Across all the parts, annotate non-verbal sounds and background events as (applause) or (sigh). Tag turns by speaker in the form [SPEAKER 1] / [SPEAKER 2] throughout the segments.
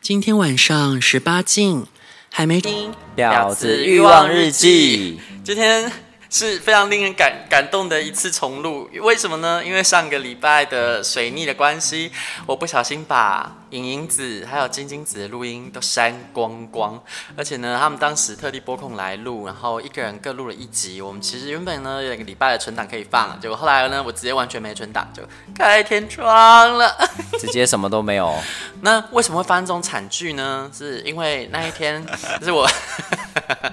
[SPEAKER 1] 今天晚上十八禁，还没听《
[SPEAKER 2] 婊子欲望日记》。
[SPEAKER 1] 今天是非常令人感感动的一次重录，为什么呢？因为上个礼拜的水逆的关系，我不小心把莹莹子还有晶晶子的录音都删光光，而且呢，他们当时特地拨空来录，然后一个人各录了一集。我们其实原本呢有两个礼拜的存档可以放，结果后来呢，我直接完全没存档，就开天窗了。
[SPEAKER 2] 直接什么都没有。
[SPEAKER 1] 那为什么会发生这种惨剧呢？是因为那一
[SPEAKER 2] (laughs)
[SPEAKER 1] 天，就是我 (laughs)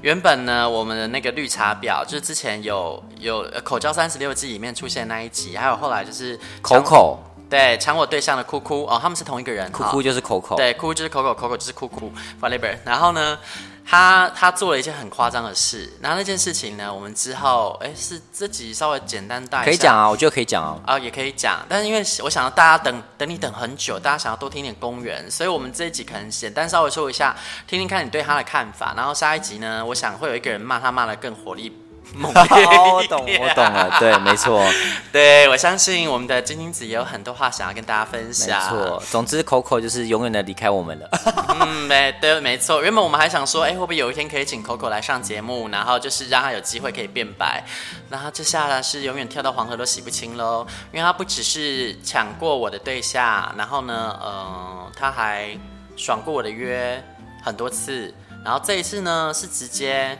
[SPEAKER 1] 原本呢，我们的那个绿茶婊，就是之前有有呃口交三十六计里面出现那一集，还有后来就是
[SPEAKER 2] 口口
[SPEAKER 1] 对抢我对象的哭哭哦，他们是同一个人，
[SPEAKER 2] 哭
[SPEAKER 1] 好
[SPEAKER 2] 哭就是口口，
[SPEAKER 1] 对，哭就是口口，口口就是哭哭，whatever。然后呢，他他做了一件很夸张的事，然后那件事情呢，我们之后哎是这集稍微简单带一下
[SPEAKER 2] 可以讲啊，我觉得可以讲
[SPEAKER 1] (laughs)
[SPEAKER 2] 啊。
[SPEAKER 1] 啊、也可以讲，但是因为我想要大家等等你等很久，大家想要多听点公园，所以我们这一集可能简单稍微说一下，听听看你对他的看法，然后下一集呢，我想会有一个人骂他骂的更火力猛烈
[SPEAKER 2] (laughs) 哦，我
[SPEAKER 1] 一
[SPEAKER 2] 懂，
[SPEAKER 1] 点
[SPEAKER 2] 我懂了，对，没错，
[SPEAKER 1] (laughs) 对我相信我们的金金子也有很多话想要跟大家分
[SPEAKER 2] 没
[SPEAKER 1] 享，
[SPEAKER 2] 错。总之，口口就是永远的离开我们了。
[SPEAKER 1] 嗯，没对，没错。原本我们还想说，哎、会不会有一天可以请 Coco 来上节目，然后就是让他有机会可以变白。然后这下呢是永远跳到黄河都洗不清喽，因为他不只是抢过我的对象，然后呢，嗯、他还爽过我的约很多次。然后这一次呢，是直接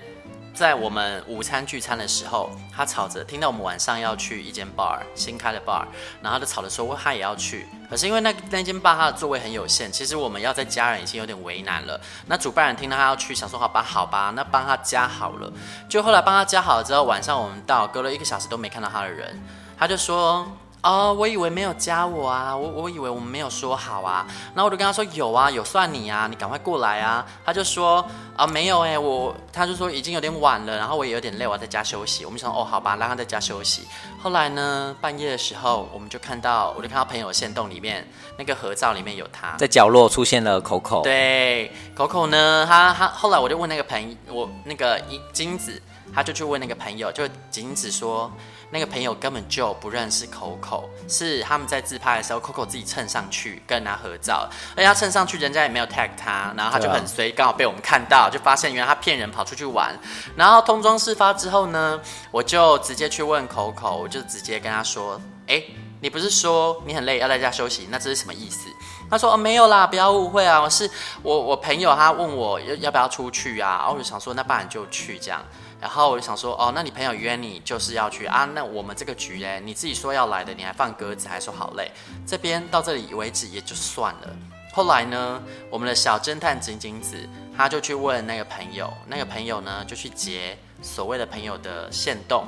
[SPEAKER 1] 在我们午餐聚餐的时候，他吵着听到我们晚上要去一间 bar 新开的 bar，然后他就吵着说他也要去，可是因为那那间 bar 它的座位很有限，其实我们要再加人已经有点为难了。那主办人听到他要去，想说好吧好吧，那帮他加好了。就后来帮他加好了之后，晚上我们到，隔了一个小时都没看到他的人，他就说。哦，我以为没有加我啊，我我以为我们没有说好啊，然后我就跟他说有啊，有算你啊，你赶快过来啊。他就说啊没有哎、我他就说已经有点晚了，然后我也有点累，我要在家休息。我们想哦好吧，让他在家休息。后来呢，半夜的时候，我们就看到我就看到朋友的线洞里面那个合照里面有他，
[SPEAKER 2] 在角落出现了口口，
[SPEAKER 1] 对，口口呢，他他后来我就问那个朋我那个一金子，他就去问那个朋友，就金子说那个朋友根本就不认识口口，是他们在自拍的时候，Coco 自己蹭上去跟他合照，而且他蹭上去，人家也没有 tag 他，然后他就
[SPEAKER 2] 对啊
[SPEAKER 1] 很随，刚好被我们看到，就发现原来他骗人跑出去玩。然后通装事发之后呢，我就直接去问口口，我就直接跟他说，哎、你不是说你很累要在家休息，那这是什么意思？他说：“哦，没有啦，不要误会啊，我是我我朋友他问我要要不要出去啊，然后我就想说那不然就去这样，然后我就想说哦，那你朋友约你就是要去啊，那我们这个局嘞，你自己说要来的，你还放鸽子，还说好累，这边到这里为止也就算了。后来呢，我们的小侦探景景子他就去问那个朋友，那个朋友呢就去截所谓的朋友的线动。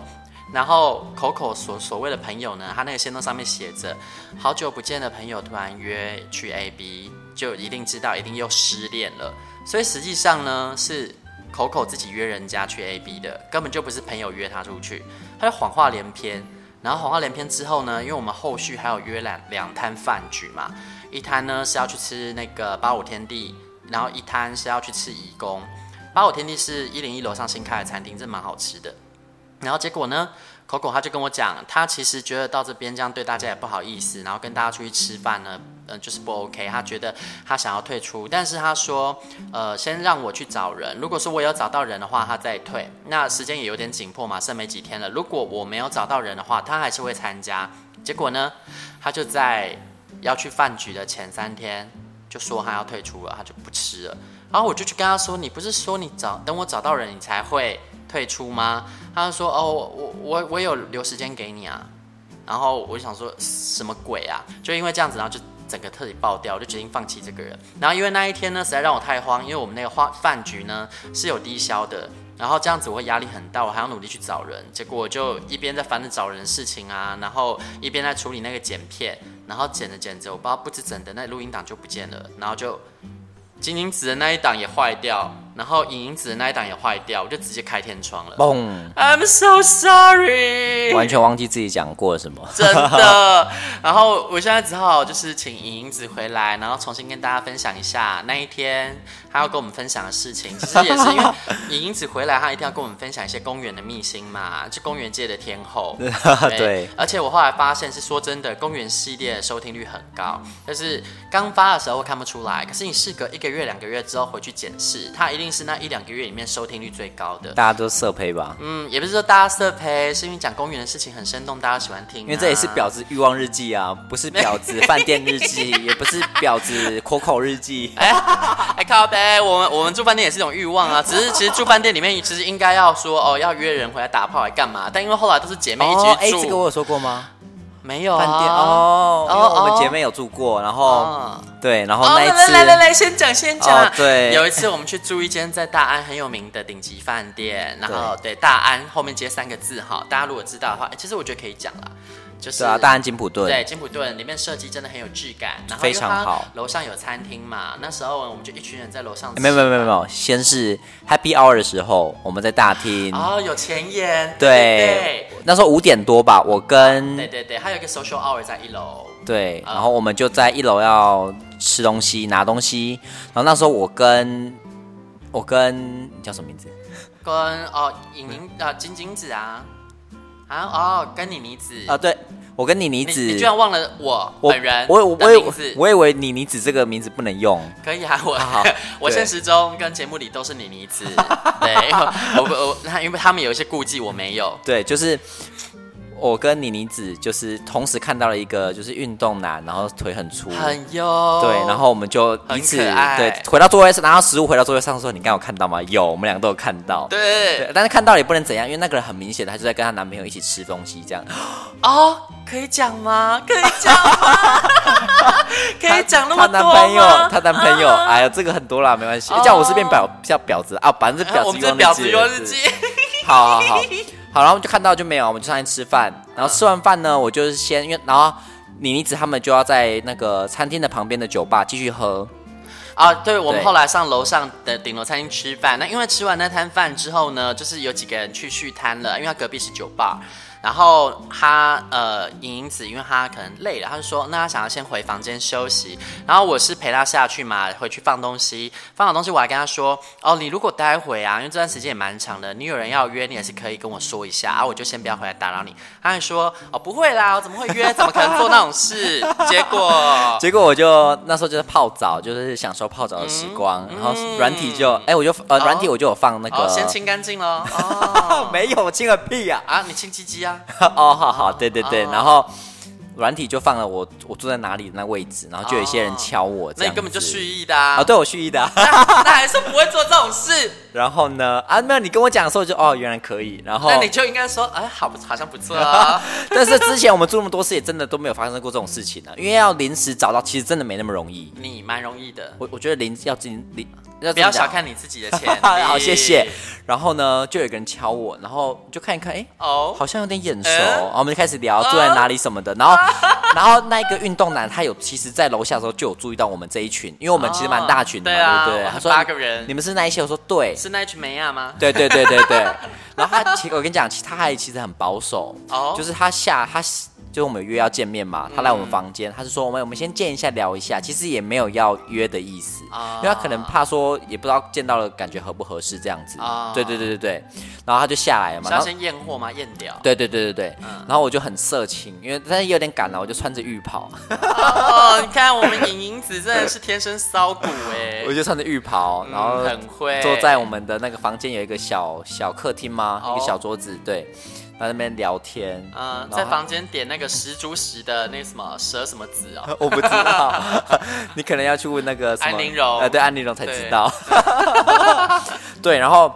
[SPEAKER 1] 然后口口所所谓的朋友呢，他那个线动上面写着好久不见的朋友突然约去 A B，就一定知道一定又失恋了。所以实际上呢，是口口自己约人家去 A B 的，根本就不是朋友约他出去，他就谎话连篇。然后谎话连篇之后呢，因为我们后续还有约两两摊饭局嘛，一摊呢是要去吃那个八五天地，然后一摊是要去吃义工。八五天地是一零一楼上新开的餐厅，真蛮好吃的。然后结果呢，口口他就跟我讲，他其实觉得到这边这样对大家也不好意思，然后跟大家出去吃饭呢，呃，就是不 OK。他觉得他想要退出，但是他说，呃，先让我去找人。如果说我有找到人的话，他再退。那时间也有点紧迫嘛，剩没几天了。如果我没有找到人的话，他还是会参加。结果呢，他就在要去饭局的前三天就说他要退出了，他就不吃了。然后我就去跟他说：“你不是说你找等我找到人你才会退出吗？”他就说：“哦，我我我我有留时间给你啊。”然后我就想说什么鬼啊？就因为这样子，然后就整个彻底爆掉，我就决定放弃这个人。然后因为那一天呢，实在让我太慌，因为我们那个饭饭局呢是有低消的，然后这样子我会压力很大，我还要努力去找人。结果我就一边在烦着找人的事情啊，然后一边在处理那个剪片，然后剪着剪着，我不知道不知怎的那录音档就不见了，然后就金银子的那一档也坏掉，然后影影子的那一档也坏掉，我就直接开天窗了。
[SPEAKER 2] 嘣，
[SPEAKER 1] I'm so sorry，
[SPEAKER 2] 完全忘记自己讲过了什么。
[SPEAKER 1] 真的。 (laughs) 然后我现在只好就是请莹莹子回来，然后重新跟大家分享一下那一天她要跟我们分享的事情。其实也是因为莹莹子回来，她一定要跟我们分享一些公园的秘辛嘛，就公园界的天后。
[SPEAKER 2] (laughs) 对
[SPEAKER 1] 而且我后来发现是说真的，公园系列的收听率很高，但是刚发的时候看不出来，可是你事隔一个月、两个月之后回去检视，它一定是那一两个月里面收听率最高的。
[SPEAKER 2] 大家都色胚吧，
[SPEAKER 1] 嗯，也不是说大家色胚，是因为讲公园的事情很生动，大家喜欢听啊、
[SPEAKER 2] 因为这也是婊子欲望日记啊，不是
[SPEAKER 1] (laughs)
[SPEAKER 2] 婊子饭店日记，也不是婊子口口
[SPEAKER 1] (laughs)
[SPEAKER 2] 日记。
[SPEAKER 1] 哎，靠呗，我们我们住饭店也是一种欲望啊，只是其实住饭店里面其实应该要说哦，要约人回来打炮来干嘛？但因为后来都是姐妹一
[SPEAKER 2] 哦，哎，
[SPEAKER 1] 起住，
[SPEAKER 2] 这个我有说过吗？
[SPEAKER 1] 没有啊
[SPEAKER 2] 饭店哦，因为
[SPEAKER 1] 哦
[SPEAKER 2] 我们
[SPEAKER 1] 哦
[SPEAKER 2] 姐妹有住过，然后
[SPEAKER 1] 哦
[SPEAKER 2] 对，然后
[SPEAKER 1] 哦，
[SPEAKER 2] 那一
[SPEAKER 1] 来来来来
[SPEAKER 2] 次
[SPEAKER 1] 来，先讲先讲、啊
[SPEAKER 2] 哦对
[SPEAKER 1] 有一次我们去住一间在大安很有名的顶级饭店，然后对大安后面接三个字哈，大家如果知道的话，哎其实我觉得可以讲啦，就是
[SPEAKER 2] 对啊，大安金普顿，
[SPEAKER 1] 对，金普顿里面设计真的很有质感，然后
[SPEAKER 2] 非常
[SPEAKER 1] 因为它
[SPEAKER 2] 好哎
[SPEAKER 1] 楼上有餐厅嘛，那时候我们就一群人在楼上吃
[SPEAKER 2] 没
[SPEAKER 1] 饭，
[SPEAKER 2] 有没有没有没有，先是 Happy Hour 的时候，我们在大厅，
[SPEAKER 1] 哦，有前言，
[SPEAKER 2] 对，那时候五点多吧，我跟
[SPEAKER 1] 对对对对，还有一个 social hour 在一楼，
[SPEAKER 2] 对，
[SPEAKER 1] 啊
[SPEAKER 2] 然后我们就在一楼要吃东西、拿东西。然后那时候我跟我跟你叫什么名字？
[SPEAKER 1] 跟哦莹莹
[SPEAKER 2] 嗯
[SPEAKER 1] 啊晶晶子啊啊哦跟妮妮子
[SPEAKER 2] 啊，对，我跟妮
[SPEAKER 1] 你
[SPEAKER 2] 妮子。
[SPEAKER 1] 你居然忘了我
[SPEAKER 2] 我
[SPEAKER 1] 本人
[SPEAKER 2] 我我
[SPEAKER 1] 的
[SPEAKER 2] 我以
[SPEAKER 1] 名字
[SPEAKER 2] 我以为妮妮子这个名字不能用，
[SPEAKER 1] 可以啊，我、
[SPEAKER 2] 好
[SPEAKER 1] (laughs) 我
[SPEAKER 2] 对
[SPEAKER 1] 现实中跟节目里都是妮妮
[SPEAKER 2] (laughs)
[SPEAKER 1] 子，对，因为我我我那因为他们有一些顾忌，我没有。
[SPEAKER 2] 对，就是我跟妮妮子就是同时看到了一个就是运动男，然后腿很粗，
[SPEAKER 1] 很优
[SPEAKER 2] 嗯对，然后我们就
[SPEAKER 1] 哦很
[SPEAKER 2] 一次
[SPEAKER 1] 可爱
[SPEAKER 2] 对回到座位上，拿到食物回到座位上的时候，你刚有看到吗？有，我们两个都有看到。
[SPEAKER 1] 对
[SPEAKER 2] 对，但是看到也不能怎样，因为那个人很明显，他就在跟她男朋友一起吃东西，这样。
[SPEAKER 1] 哦，可以讲吗？可以讲吗？
[SPEAKER 2] (laughs)
[SPEAKER 1] 可以讲那
[SPEAKER 2] 她
[SPEAKER 1] 么
[SPEAKER 2] 男
[SPEAKER 1] 多
[SPEAKER 2] 朋友
[SPEAKER 1] 吗？，
[SPEAKER 2] 她男朋友，
[SPEAKER 1] 啊
[SPEAKER 2] 哎呀，这个很多啦，没关系
[SPEAKER 1] 哦。
[SPEAKER 2] 叫我是变婊，叫婊子啊，反正是婊
[SPEAKER 1] 我
[SPEAKER 2] 子
[SPEAKER 1] 们
[SPEAKER 2] 欲
[SPEAKER 1] 这
[SPEAKER 2] 望
[SPEAKER 1] 婊子
[SPEAKER 2] 日
[SPEAKER 1] 用
[SPEAKER 2] 记
[SPEAKER 1] 日记。
[SPEAKER 2] 好好好，好，然后就看到就没有，我们就上去吃饭，然后吃完饭呢，我就是先因为然后妮妮子他们就要在那个餐厅的旁边的酒吧继续喝，
[SPEAKER 1] 啊，对，我们
[SPEAKER 2] 对
[SPEAKER 1] 后来上楼上的顶楼餐厅吃饭。那因为吃完那摊饭之后呢，就是有几个人去续摊呃了，因为他隔壁是酒吧。然后他呃，莹莹子，因为他可能累了，他就说，那他想要先回房间休息。然后我是陪他下去嘛，回去放东西，放好东西，我还跟他说，哦，你如果待会啊，因为这段时间也蛮长的，你有人要约，你也是可以跟我说一下啊，我就先不要回来打扰你。他还说，哦，不会啦，我怎么会约？怎么可能做那种事？结果
[SPEAKER 2] 结果我就那时候就是泡澡，就是享受泡澡的时光，
[SPEAKER 1] 嗯
[SPEAKER 2] 然后软体就哎、我就呃软体我就有放那个，，
[SPEAKER 1] 哦，先清干净喽。哦
[SPEAKER 2] 没有我亲个
[SPEAKER 1] (laughs)
[SPEAKER 2] 屁呀、
[SPEAKER 1] 啊，你亲鸡鸡啊？
[SPEAKER 2] 哦，好好，对对对，
[SPEAKER 1] 哦
[SPEAKER 2] 然后软体就放了我我坐在哪里的那位置，然后就有一些人敲我，这
[SPEAKER 1] 哦那
[SPEAKER 2] 样
[SPEAKER 1] 你根本就
[SPEAKER 2] 子
[SPEAKER 1] 蓄意的啊！
[SPEAKER 2] 啊，对我蓄意的啊、 (laughs)
[SPEAKER 1] 那那还是不会做这种事。
[SPEAKER 2] 然后呢，啊，没有你跟我讲的时候就哦，原来可以，然
[SPEAKER 1] (laughs)
[SPEAKER 2] 后
[SPEAKER 1] 那你就应该说，哎，好不，好像不错啊。
[SPEAKER 2] (laughs) 但是之前我们做那么多次，也真的都没有发生过这种事情啊，因为要临时找到，其实真的没那么容易。
[SPEAKER 1] 你蛮容易的，
[SPEAKER 2] 我我啊觉得临要进临要
[SPEAKER 1] 不要
[SPEAKER 2] 真的啊。
[SPEAKER 1] 小看你自己的钱
[SPEAKER 2] (laughs) 好，谢
[SPEAKER 1] 哎
[SPEAKER 2] 谢。然后呢，就有一个人敲我，然后就看一看，哎、
[SPEAKER 1] 哦
[SPEAKER 2] 好像有点眼熟，
[SPEAKER 1] 嗯
[SPEAKER 2] 然后我们就开始聊住在哪里什么
[SPEAKER 1] 啊
[SPEAKER 2] 的。然后，然后那一个运动男他有，其实在楼下的时候就有注意到我们这一群，因为我们其实蛮大群的
[SPEAKER 1] 哦对啊
[SPEAKER 2] 嘛，对不
[SPEAKER 1] 我
[SPEAKER 2] 对？
[SPEAKER 1] 们
[SPEAKER 2] 他说
[SPEAKER 1] 八个人
[SPEAKER 2] 你们是那一些？我说对，
[SPEAKER 1] 是那一群梅亚吗？
[SPEAKER 2] 对对对对对。然后他其我跟你讲，其他还其实很保守，
[SPEAKER 1] 哦嗯
[SPEAKER 2] 就是他下他就是我们约要见面嘛，他来我们房间，他是说我们我们先见一下聊一下，其实也没有要约的意思，
[SPEAKER 1] 哦
[SPEAKER 2] 因为他可能怕说也不知道见到了感觉合不合适这样子，
[SPEAKER 1] 哦
[SPEAKER 2] 对对对对对，然后他就下来了
[SPEAKER 1] 是
[SPEAKER 2] 嘛，然
[SPEAKER 1] 要
[SPEAKER 2] 后。
[SPEAKER 1] 先验货吗？验掉。
[SPEAKER 2] 对对对对对，
[SPEAKER 1] 嗯
[SPEAKER 2] 然后我就很色情，因为但是有点赶了，我就穿着浴
[SPEAKER 1] (laughs)
[SPEAKER 2] 袍，
[SPEAKER 1] 哦，你看我们莹莹子真的是天生骚骨哎
[SPEAKER 2] (laughs) 我，就穿着浴袍，然后
[SPEAKER 1] 嗯很会
[SPEAKER 2] 坐在我们的那个房间有一个小小客厅吗？
[SPEAKER 1] 哦
[SPEAKER 2] 一个小桌子，对，在那边聊天，
[SPEAKER 1] 嗯，
[SPEAKER 2] 然后
[SPEAKER 1] 在
[SPEAKER 2] 他
[SPEAKER 1] 房间点那个石竹石的那个什么蛇什么子
[SPEAKER 2] (laughs)
[SPEAKER 1] 哦。
[SPEAKER 2] 我不知道， (laughs) 你可能要去问那个什么
[SPEAKER 1] 安陵容
[SPEAKER 2] (laughs) 呃，对安陵容才知道。对，然后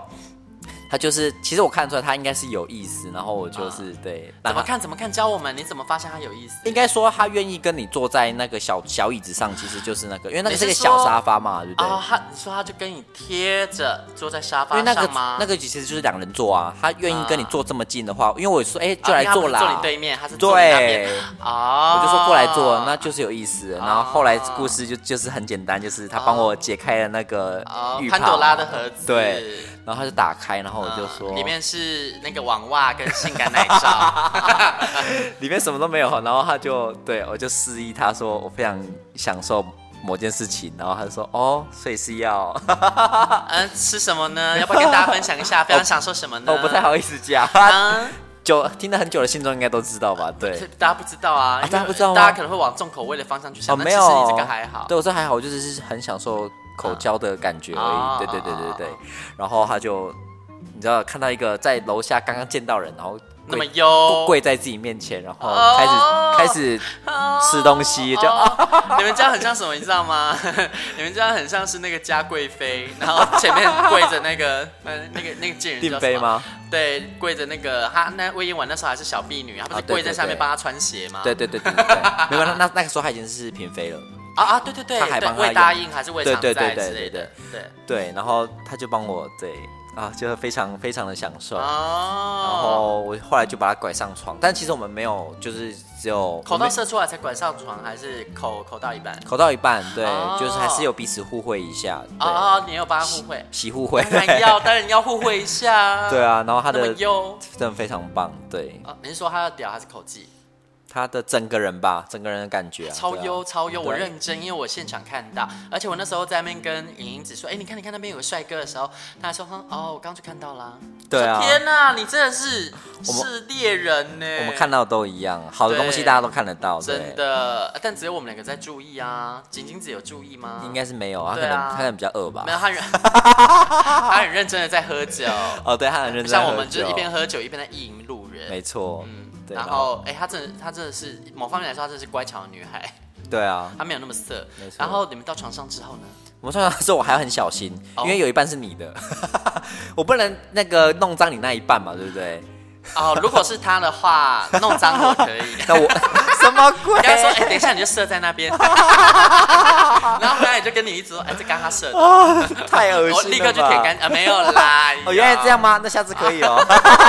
[SPEAKER 2] 他就是其实我看出来他应该是有意思，然后我就是、对，
[SPEAKER 1] 啊怎
[SPEAKER 2] 让
[SPEAKER 1] 么
[SPEAKER 2] 他
[SPEAKER 1] 看怎么看，教我们，你怎么发现他有意思？
[SPEAKER 2] 应该说他愿意跟你坐在那个小小椅子上，其实就是那个，因为那
[SPEAKER 1] 你
[SPEAKER 2] 个
[SPEAKER 1] 是
[SPEAKER 2] 是个
[SPEAKER 1] 说
[SPEAKER 2] 小沙发嘛，对不对？
[SPEAKER 1] 哦，他你说他就跟你贴着坐在沙
[SPEAKER 2] 因
[SPEAKER 1] 发
[SPEAKER 2] 为那个
[SPEAKER 1] 上吗？
[SPEAKER 2] 那个其实就是两人座啊，他愿意跟你坐这么近的话，因为我说哎、就来
[SPEAKER 1] 啊因为他不
[SPEAKER 2] 坐
[SPEAKER 1] 是
[SPEAKER 2] 啦，
[SPEAKER 1] 坐你对面，他是坐你那边
[SPEAKER 2] 对，
[SPEAKER 1] 啊，
[SPEAKER 2] 我就说过来坐，那就是有意思。然后后来
[SPEAKER 1] 啊
[SPEAKER 2] 故事就就是很简单，就是他帮我解开了那个
[SPEAKER 1] 哦
[SPEAKER 2] 浴袍，
[SPEAKER 1] 啊潘朵拉的盒子，
[SPEAKER 2] 对，然后他就打开，然后我
[SPEAKER 1] 嗯
[SPEAKER 2] 就说
[SPEAKER 1] 里面是那个网袜跟性感奶
[SPEAKER 2] (laughs)
[SPEAKER 1] 罩，
[SPEAKER 2] 里面什么都没有，然后他就对我就示意他说我非常享受某件事情，然后他就说哦，所以是要， (laughs)
[SPEAKER 1] 嗯，吃什么呢？要不要跟大家分享一
[SPEAKER 2] (laughs)
[SPEAKER 1] 下？非常享受什么呢？
[SPEAKER 2] 我不太好意思讲，
[SPEAKER 1] 啊，
[SPEAKER 2] (laughs) 久听了很久的信众应该都知道吧？对，
[SPEAKER 1] 大家不知道啊，因为
[SPEAKER 2] 大家不知道吗
[SPEAKER 1] 大家可能会往重口味的方向去
[SPEAKER 2] 哦，
[SPEAKER 1] 想，但
[SPEAKER 2] 没
[SPEAKER 1] 其
[SPEAKER 2] 有，
[SPEAKER 1] 实你这个还好，
[SPEAKER 2] 对我说还好，我就是很享受口交的感觉
[SPEAKER 1] 啊
[SPEAKER 2] 而已。对对对对对
[SPEAKER 1] 啊啊啊。
[SPEAKER 2] 然后他就，你知道看到一个在楼下刚刚见到人，然后
[SPEAKER 1] 那么
[SPEAKER 2] 跪
[SPEAKER 1] 优，
[SPEAKER 2] 跪在自己面前，然后开始、
[SPEAKER 1] 哦
[SPEAKER 2] 开始吃东西，就、啊
[SPEAKER 1] 哦 (laughs) 你们这样很像什么，你知道吗？ (laughs) 你们这样很像是那个嘉贵妃，然后前面跪着那个， (laughs) 嗯，那个那个贱人
[SPEAKER 2] 定
[SPEAKER 1] 叫
[SPEAKER 2] 飞
[SPEAKER 1] 什么？
[SPEAKER 2] 吗？
[SPEAKER 1] 对，跪着那个，她那魏一婉那时候还是小婢女，她不是
[SPEAKER 2] 啊对
[SPEAKER 1] 跪在下
[SPEAKER 2] 对
[SPEAKER 1] 面
[SPEAKER 2] 对
[SPEAKER 1] 帮她穿鞋吗？
[SPEAKER 2] 对对对对对对，没有，那那那个时候他已经是嫔妃了。
[SPEAKER 1] 啊啊，对对对，
[SPEAKER 2] 她还
[SPEAKER 1] 对
[SPEAKER 2] 帮她
[SPEAKER 1] 未
[SPEAKER 2] 用
[SPEAKER 1] 答应还是未
[SPEAKER 2] 对
[SPEAKER 1] 偿
[SPEAKER 2] 对
[SPEAKER 1] 债
[SPEAKER 2] 对对
[SPEAKER 1] 之类
[SPEAKER 2] 对
[SPEAKER 1] 的，对。
[SPEAKER 2] 对，然后他就帮我对啊，就是非常非常的享受。然
[SPEAKER 1] 哦，
[SPEAKER 2] 后我后来就把他拐上床，但其实我们没有，就是只有
[SPEAKER 1] 口到射出来才管上床，还是口口到一半？
[SPEAKER 2] 口到一半，对，
[SPEAKER 1] 哦
[SPEAKER 2] 就是还是有彼此互惠一下，对，
[SPEAKER 1] 哦，你有帮他互惠，
[SPEAKER 2] 喜互惠，
[SPEAKER 1] 当然要，当然要互惠一下啊。
[SPEAKER 2] (laughs) 对啊，然后他
[SPEAKER 1] 那么
[SPEAKER 2] 的真
[SPEAKER 1] 优
[SPEAKER 2] 的非常棒，对，
[SPEAKER 1] 啊！你是说他的屌还是口技？
[SPEAKER 2] 他的整个人吧，整个人的感觉、啊、
[SPEAKER 1] 超优
[SPEAKER 2] 对啊
[SPEAKER 1] 超优，我
[SPEAKER 2] 对
[SPEAKER 1] 认真，因为我现场看到，而且我那时候在那边跟莹莹子说，哎、你看你看那边有个帅哥的时候，他还说，哼，哦，我刚刚去看到啦。
[SPEAKER 2] 对啊
[SPEAKER 1] 我说天哪、你真的是
[SPEAKER 2] 我们
[SPEAKER 1] 是猎人呢、
[SPEAKER 2] 我们看到欸都一样，好的
[SPEAKER 1] 对
[SPEAKER 2] 东西大家都看得到，对
[SPEAKER 1] 真，的，但只有我们两个在注意啊。晶晶子有注意吗？
[SPEAKER 2] 应该是没有啊，他
[SPEAKER 1] 对
[SPEAKER 2] 可能
[SPEAKER 1] 啊
[SPEAKER 2] 他可能比较饿吧
[SPEAKER 1] 没，有，他很
[SPEAKER 2] (laughs)
[SPEAKER 1] 他很认真的在喝酒，
[SPEAKER 2] 哦，对，他很认真，
[SPEAKER 1] 像我们就是一边，喝酒一边在意淫路人。
[SPEAKER 2] 没错，
[SPEAKER 1] 嗯
[SPEAKER 2] 对，啊
[SPEAKER 1] 然后，哎、她真的，她真的是某方面来说，她真的是乖巧的女孩，
[SPEAKER 2] 对啊，
[SPEAKER 1] 她没有那么色
[SPEAKER 2] 没。错
[SPEAKER 1] 然后你们到床上之后呢？
[SPEAKER 2] 我们上床的时候我还要很小心，
[SPEAKER 1] 哦
[SPEAKER 2] 因为有一半是你的， (laughs) 我不能那个弄脏你那一半嘛，对不对？
[SPEAKER 1] 哦，如果是他的话，弄脏我可以。
[SPEAKER 2] (laughs) 那
[SPEAKER 1] (laughs)
[SPEAKER 2] 我什么鬼
[SPEAKER 1] 跟他说，哎、等一下你就射在那
[SPEAKER 2] (laughs)
[SPEAKER 1] 边，然后回来你就跟你一直说，哎、这刚他射的，
[SPEAKER 2] 啊？太恶心了
[SPEAKER 1] 我
[SPEAKER 2] 吧，
[SPEAKER 1] 立刻去舔干啊，没有
[SPEAKER 2] (laughs)。
[SPEAKER 1] 啦
[SPEAKER 2] 哦，原来这样吗？那下次可以哦。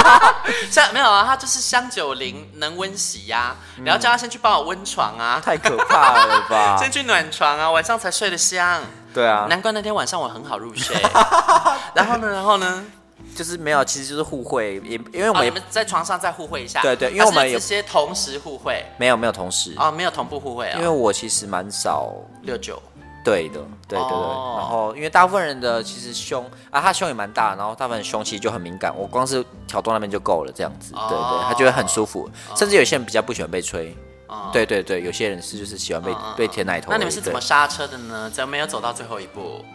[SPEAKER 1] (laughs) 像没有啊，他就是香九龄能温洗呀、
[SPEAKER 2] 嗯
[SPEAKER 1] 然后叫他先去帮我温床啊，
[SPEAKER 2] 太可怕
[SPEAKER 1] (laughs)
[SPEAKER 2] 了吧？
[SPEAKER 1] 先去暖床啊，晚上才睡得香。
[SPEAKER 2] 对啊，
[SPEAKER 1] 难怪那天晚上我很好入
[SPEAKER 2] (laughs)
[SPEAKER 1] 睡。然后呢，然后呢？
[SPEAKER 2] 就是没有，其实就是互惠，也因为
[SPEAKER 1] 哦，
[SPEAKER 2] 我们
[SPEAKER 1] 你
[SPEAKER 2] 也、
[SPEAKER 1] 们在床上再互惠一下。
[SPEAKER 2] 对对因为我们
[SPEAKER 1] 还是
[SPEAKER 2] 也
[SPEAKER 1] 直接同时互惠
[SPEAKER 2] 没有没有同时，
[SPEAKER 1] 啊、哦，没有同步互惠啊、
[SPEAKER 2] 因为我其实蛮少
[SPEAKER 1] 六九
[SPEAKER 2] 对的，对对对。
[SPEAKER 1] 哦
[SPEAKER 2] 然后因为大部分人的其实胸啊，他胸也蛮大，然后大部分人胸其实就很敏感，我光是挑动那边就够了，这样子，
[SPEAKER 1] 哦
[SPEAKER 2] 对对，他就会很舒服。甚至有些人比较不喜欢被吹，
[SPEAKER 1] 啊。
[SPEAKER 2] 对对对，有些人是就是喜欢被、
[SPEAKER 1] 嗯嗯
[SPEAKER 2] 被舔奶头
[SPEAKER 1] 那
[SPEAKER 2] 而已。
[SPEAKER 1] 你们是怎么
[SPEAKER 2] 对
[SPEAKER 1] 刹车的呢？怎么没有走到最后一步？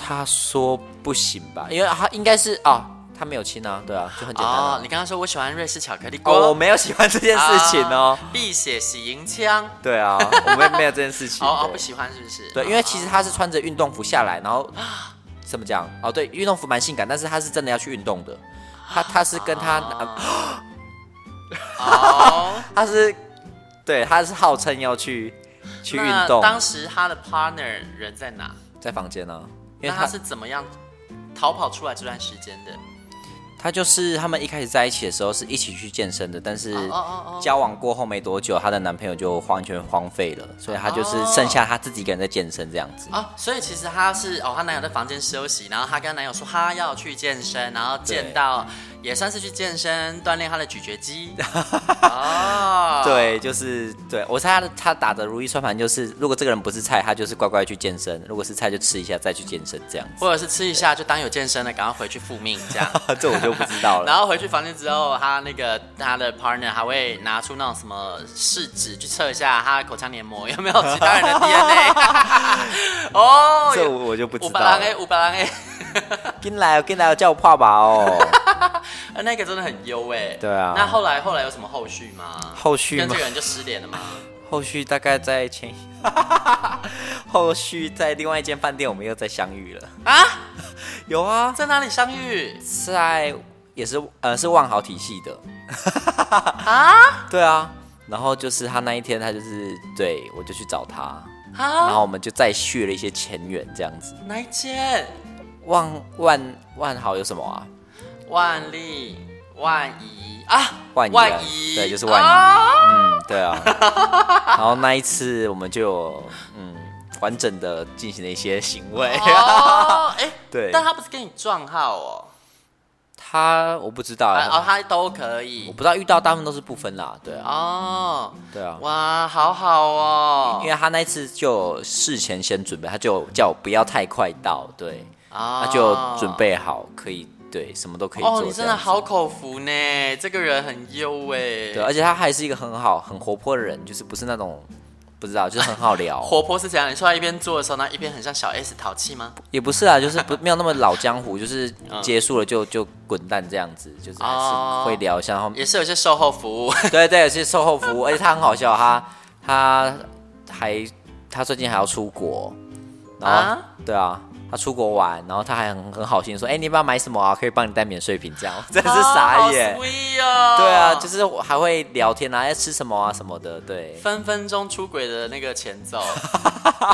[SPEAKER 2] 他说不行吧？因为他应该是啊，他没有亲啊，对啊，就很简单、啊
[SPEAKER 1] 哦，。你刚刚说我喜欢瑞士巧克力锅，
[SPEAKER 2] 哦，我没有喜欢这件事情哦。
[SPEAKER 1] 啊避血洗银枪。
[SPEAKER 2] 对啊，我们没有这件事情。
[SPEAKER 1] (laughs) 哦哦，
[SPEAKER 2] 对
[SPEAKER 1] 不喜欢是不是？哦
[SPEAKER 2] 对，因为其实他是穿着运动服下来，然后
[SPEAKER 1] 啊
[SPEAKER 2] 怎么讲？哦，对，运动服蛮性感，但是他是真的要去运动的。他他是跟他、啊
[SPEAKER 1] 哦，
[SPEAKER 2] (laughs) 他是对他是号称要去去运
[SPEAKER 1] 那
[SPEAKER 2] 动，
[SPEAKER 1] 当时他的 partner 人在哪？
[SPEAKER 2] 在房间呢、因
[SPEAKER 1] 那
[SPEAKER 2] 为
[SPEAKER 1] 他
[SPEAKER 2] 他
[SPEAKER 1] 是怎么样逃跑出来这段时间的？
[SPEAKER 2] 他就是他们一开始在一起的时候是一起去健身的，但是
[SPEAKER 1] 哦哦哦
[SPEAKER 2] 交往过后没多久，她的男朋友就完全荒废了，所以她就是
[SPEAKER 1] 哦
[SPEAKER 2] 剩下她自己一个人在健身这样子。
[SPEAKER 1] 啊，所以其实她是哦，她男友在房间休息，然后她跟男友说她要去健身，然后见
[SPEAKER 2] 对
[SPEAKER 1] 到也算是去健身锻炼她的咀嚼
[SPEAKER 2] (laughs)
[SPEAKER 1] 肌。哦，
[SPEAKER 2] 对，就是对我猜他的他打的如意算盘就是，如果这个人不是菜，他就是乖乖去健身；如果是菜，就吃一下再去健身这样子。
[SPEAKER 1] 或者是吃一下就当有健身了，赶快回去复命这样。
[SPEAKER 2] (laughs) 这我就不知道了。
[SPEAKER 1] 然后回去房间之后，他那个他的 partner 还会拿出那种什么试纸去测一下他的口腔黏膜有没有其他人的 DNA。哦，
[SPEAKER 2] 这我就不知
[SPEAKER 1] 五
[SPEAKER 2] 道
[SPEAKER 1] 百郎
[SPEAKER 2] 了。
[SPEAKER 1] A，五百郎 A，
[SPEAKER 2] 进来，进来，叫我爸爸哦。
[SPEAKER 1] 那个真的很优哎。
[SPEAKER 2] 对啊
[SPEAKER 1] 那后来后来有什么后续吗？
[SPEAKER 2] 后续
[SPEAKER 1] 跟
[SPEAKER 2] 吗 (laughs)
[SPEAKER 1] 这个？人就失联了吗？
[SPEAKER 2] 后续大概在前， (laughs) 后续在另外一间饭店我们又再相遇了。
[SPEAKER 1] 啊，
[SPEAKER 2] (laughs) 有啊，
[SPEAKER 1] 在哪里相遇
[SPEAKER 2] 在也是呃是万豪体系 (laughs) 的，
[SPEAKER 1] 啊
[SPEAKER 2] 对啊。然后就是他那一天，他就是对我就去找他，然
[SPEAKER 1] 啊？
[SPEAKER 2] 后我们就再续了一些前缘这样子。
[SPEAKER 1] 哪一间？
[SPEAKER 2] 万万万豪有什么啊？
[SPEAKER 1] 万丽、万怡啊，
[SPEAKER 2] 万怡啊
[SPEAKER 1] 万怡，
[SPEAKER 2] 对就是万怡
[SPEAKER 1] 啊
[SPEAKER 2] 嗯，对啊。然后那一次我们就有嗯完整的进行了一些行为。
[SPEAKER 1] 哦，哎，
[SPEAKER 2] 对
[SPEAKER 1] 但他不是跟你撞号哦，
[SPEAKER 2] (laughs) 他我不知道
[SPEAKER 1] 啊哦，
[SPEAKER 2] 啊，
[SPEAKER 1] 他都可
[SPEAKER 2] 我
[SPEAKER 1] 以
[SPEAKER 2] 不知道遇到大部分都是不分啦，对啊，
[SPEAKER 1] 哦，
[SPEAKER 2] 对啊。
[SPEAKER 1] 哇，好好哦，
[SPEAKER 2] 因为他那一次就有事前先准备，他就叫我不要太快到，对，
[SPEAKER 1] 啊
[SPEAKER 2] 他就准备好可以，对，什么都可以做。
[SPEAKER 1] 哦，你真
[SPEAKER 2] 这
[SPEAKER 1] 的
[SPEAKER 2] 样子
[SPEAKER 1] 好口福呢，这个人很优哎，
[SPEAKER 2] 对，而啊且他还是一个很好、很活泼的人，就是不是那种不知道，就是很好聊，
[SPEAKER 1] 活泼是怎样？你说他一边做的时候，那一边很像小 S 淘气吗？
[SPEAKER 2] 也不是
[SPEAKER 1] (laughs)
[SPEAKER 2] 啊，就是不没有那么老江湖，就是结束了就就滚蛋这样子，就是还
[SPEAKER 1] 嗯哦
[SPEAKER 2] 是会聊一下。然后
[SPEAKER 1] 也是有些售后服
[SPEAKER 2] (laughs)
[SPEAKER 1] 务
[SPEAKER 2] 对对，是售后服务，而且哎他很好笑，他他还他最近还要出国，然后、
[SPEAKER 1] 啊
[SPEAKER 2] 对啊，他出国玩，然后他还很很好心地说，哎、你要不要买什么啊？可以帮你带免税品这样， (laughs) 真的是傻眼。
[SPEAKER 1] 啊好 sweet 哦。
[SPEAKER 2] 对啊，就是还会聊天啊，要吃什么啊什么的，对，
[SPEAKER 1] 分分钟出轨的那个前
[SPEAKER 2] (laughs)
[SPEAKER 1] 奏。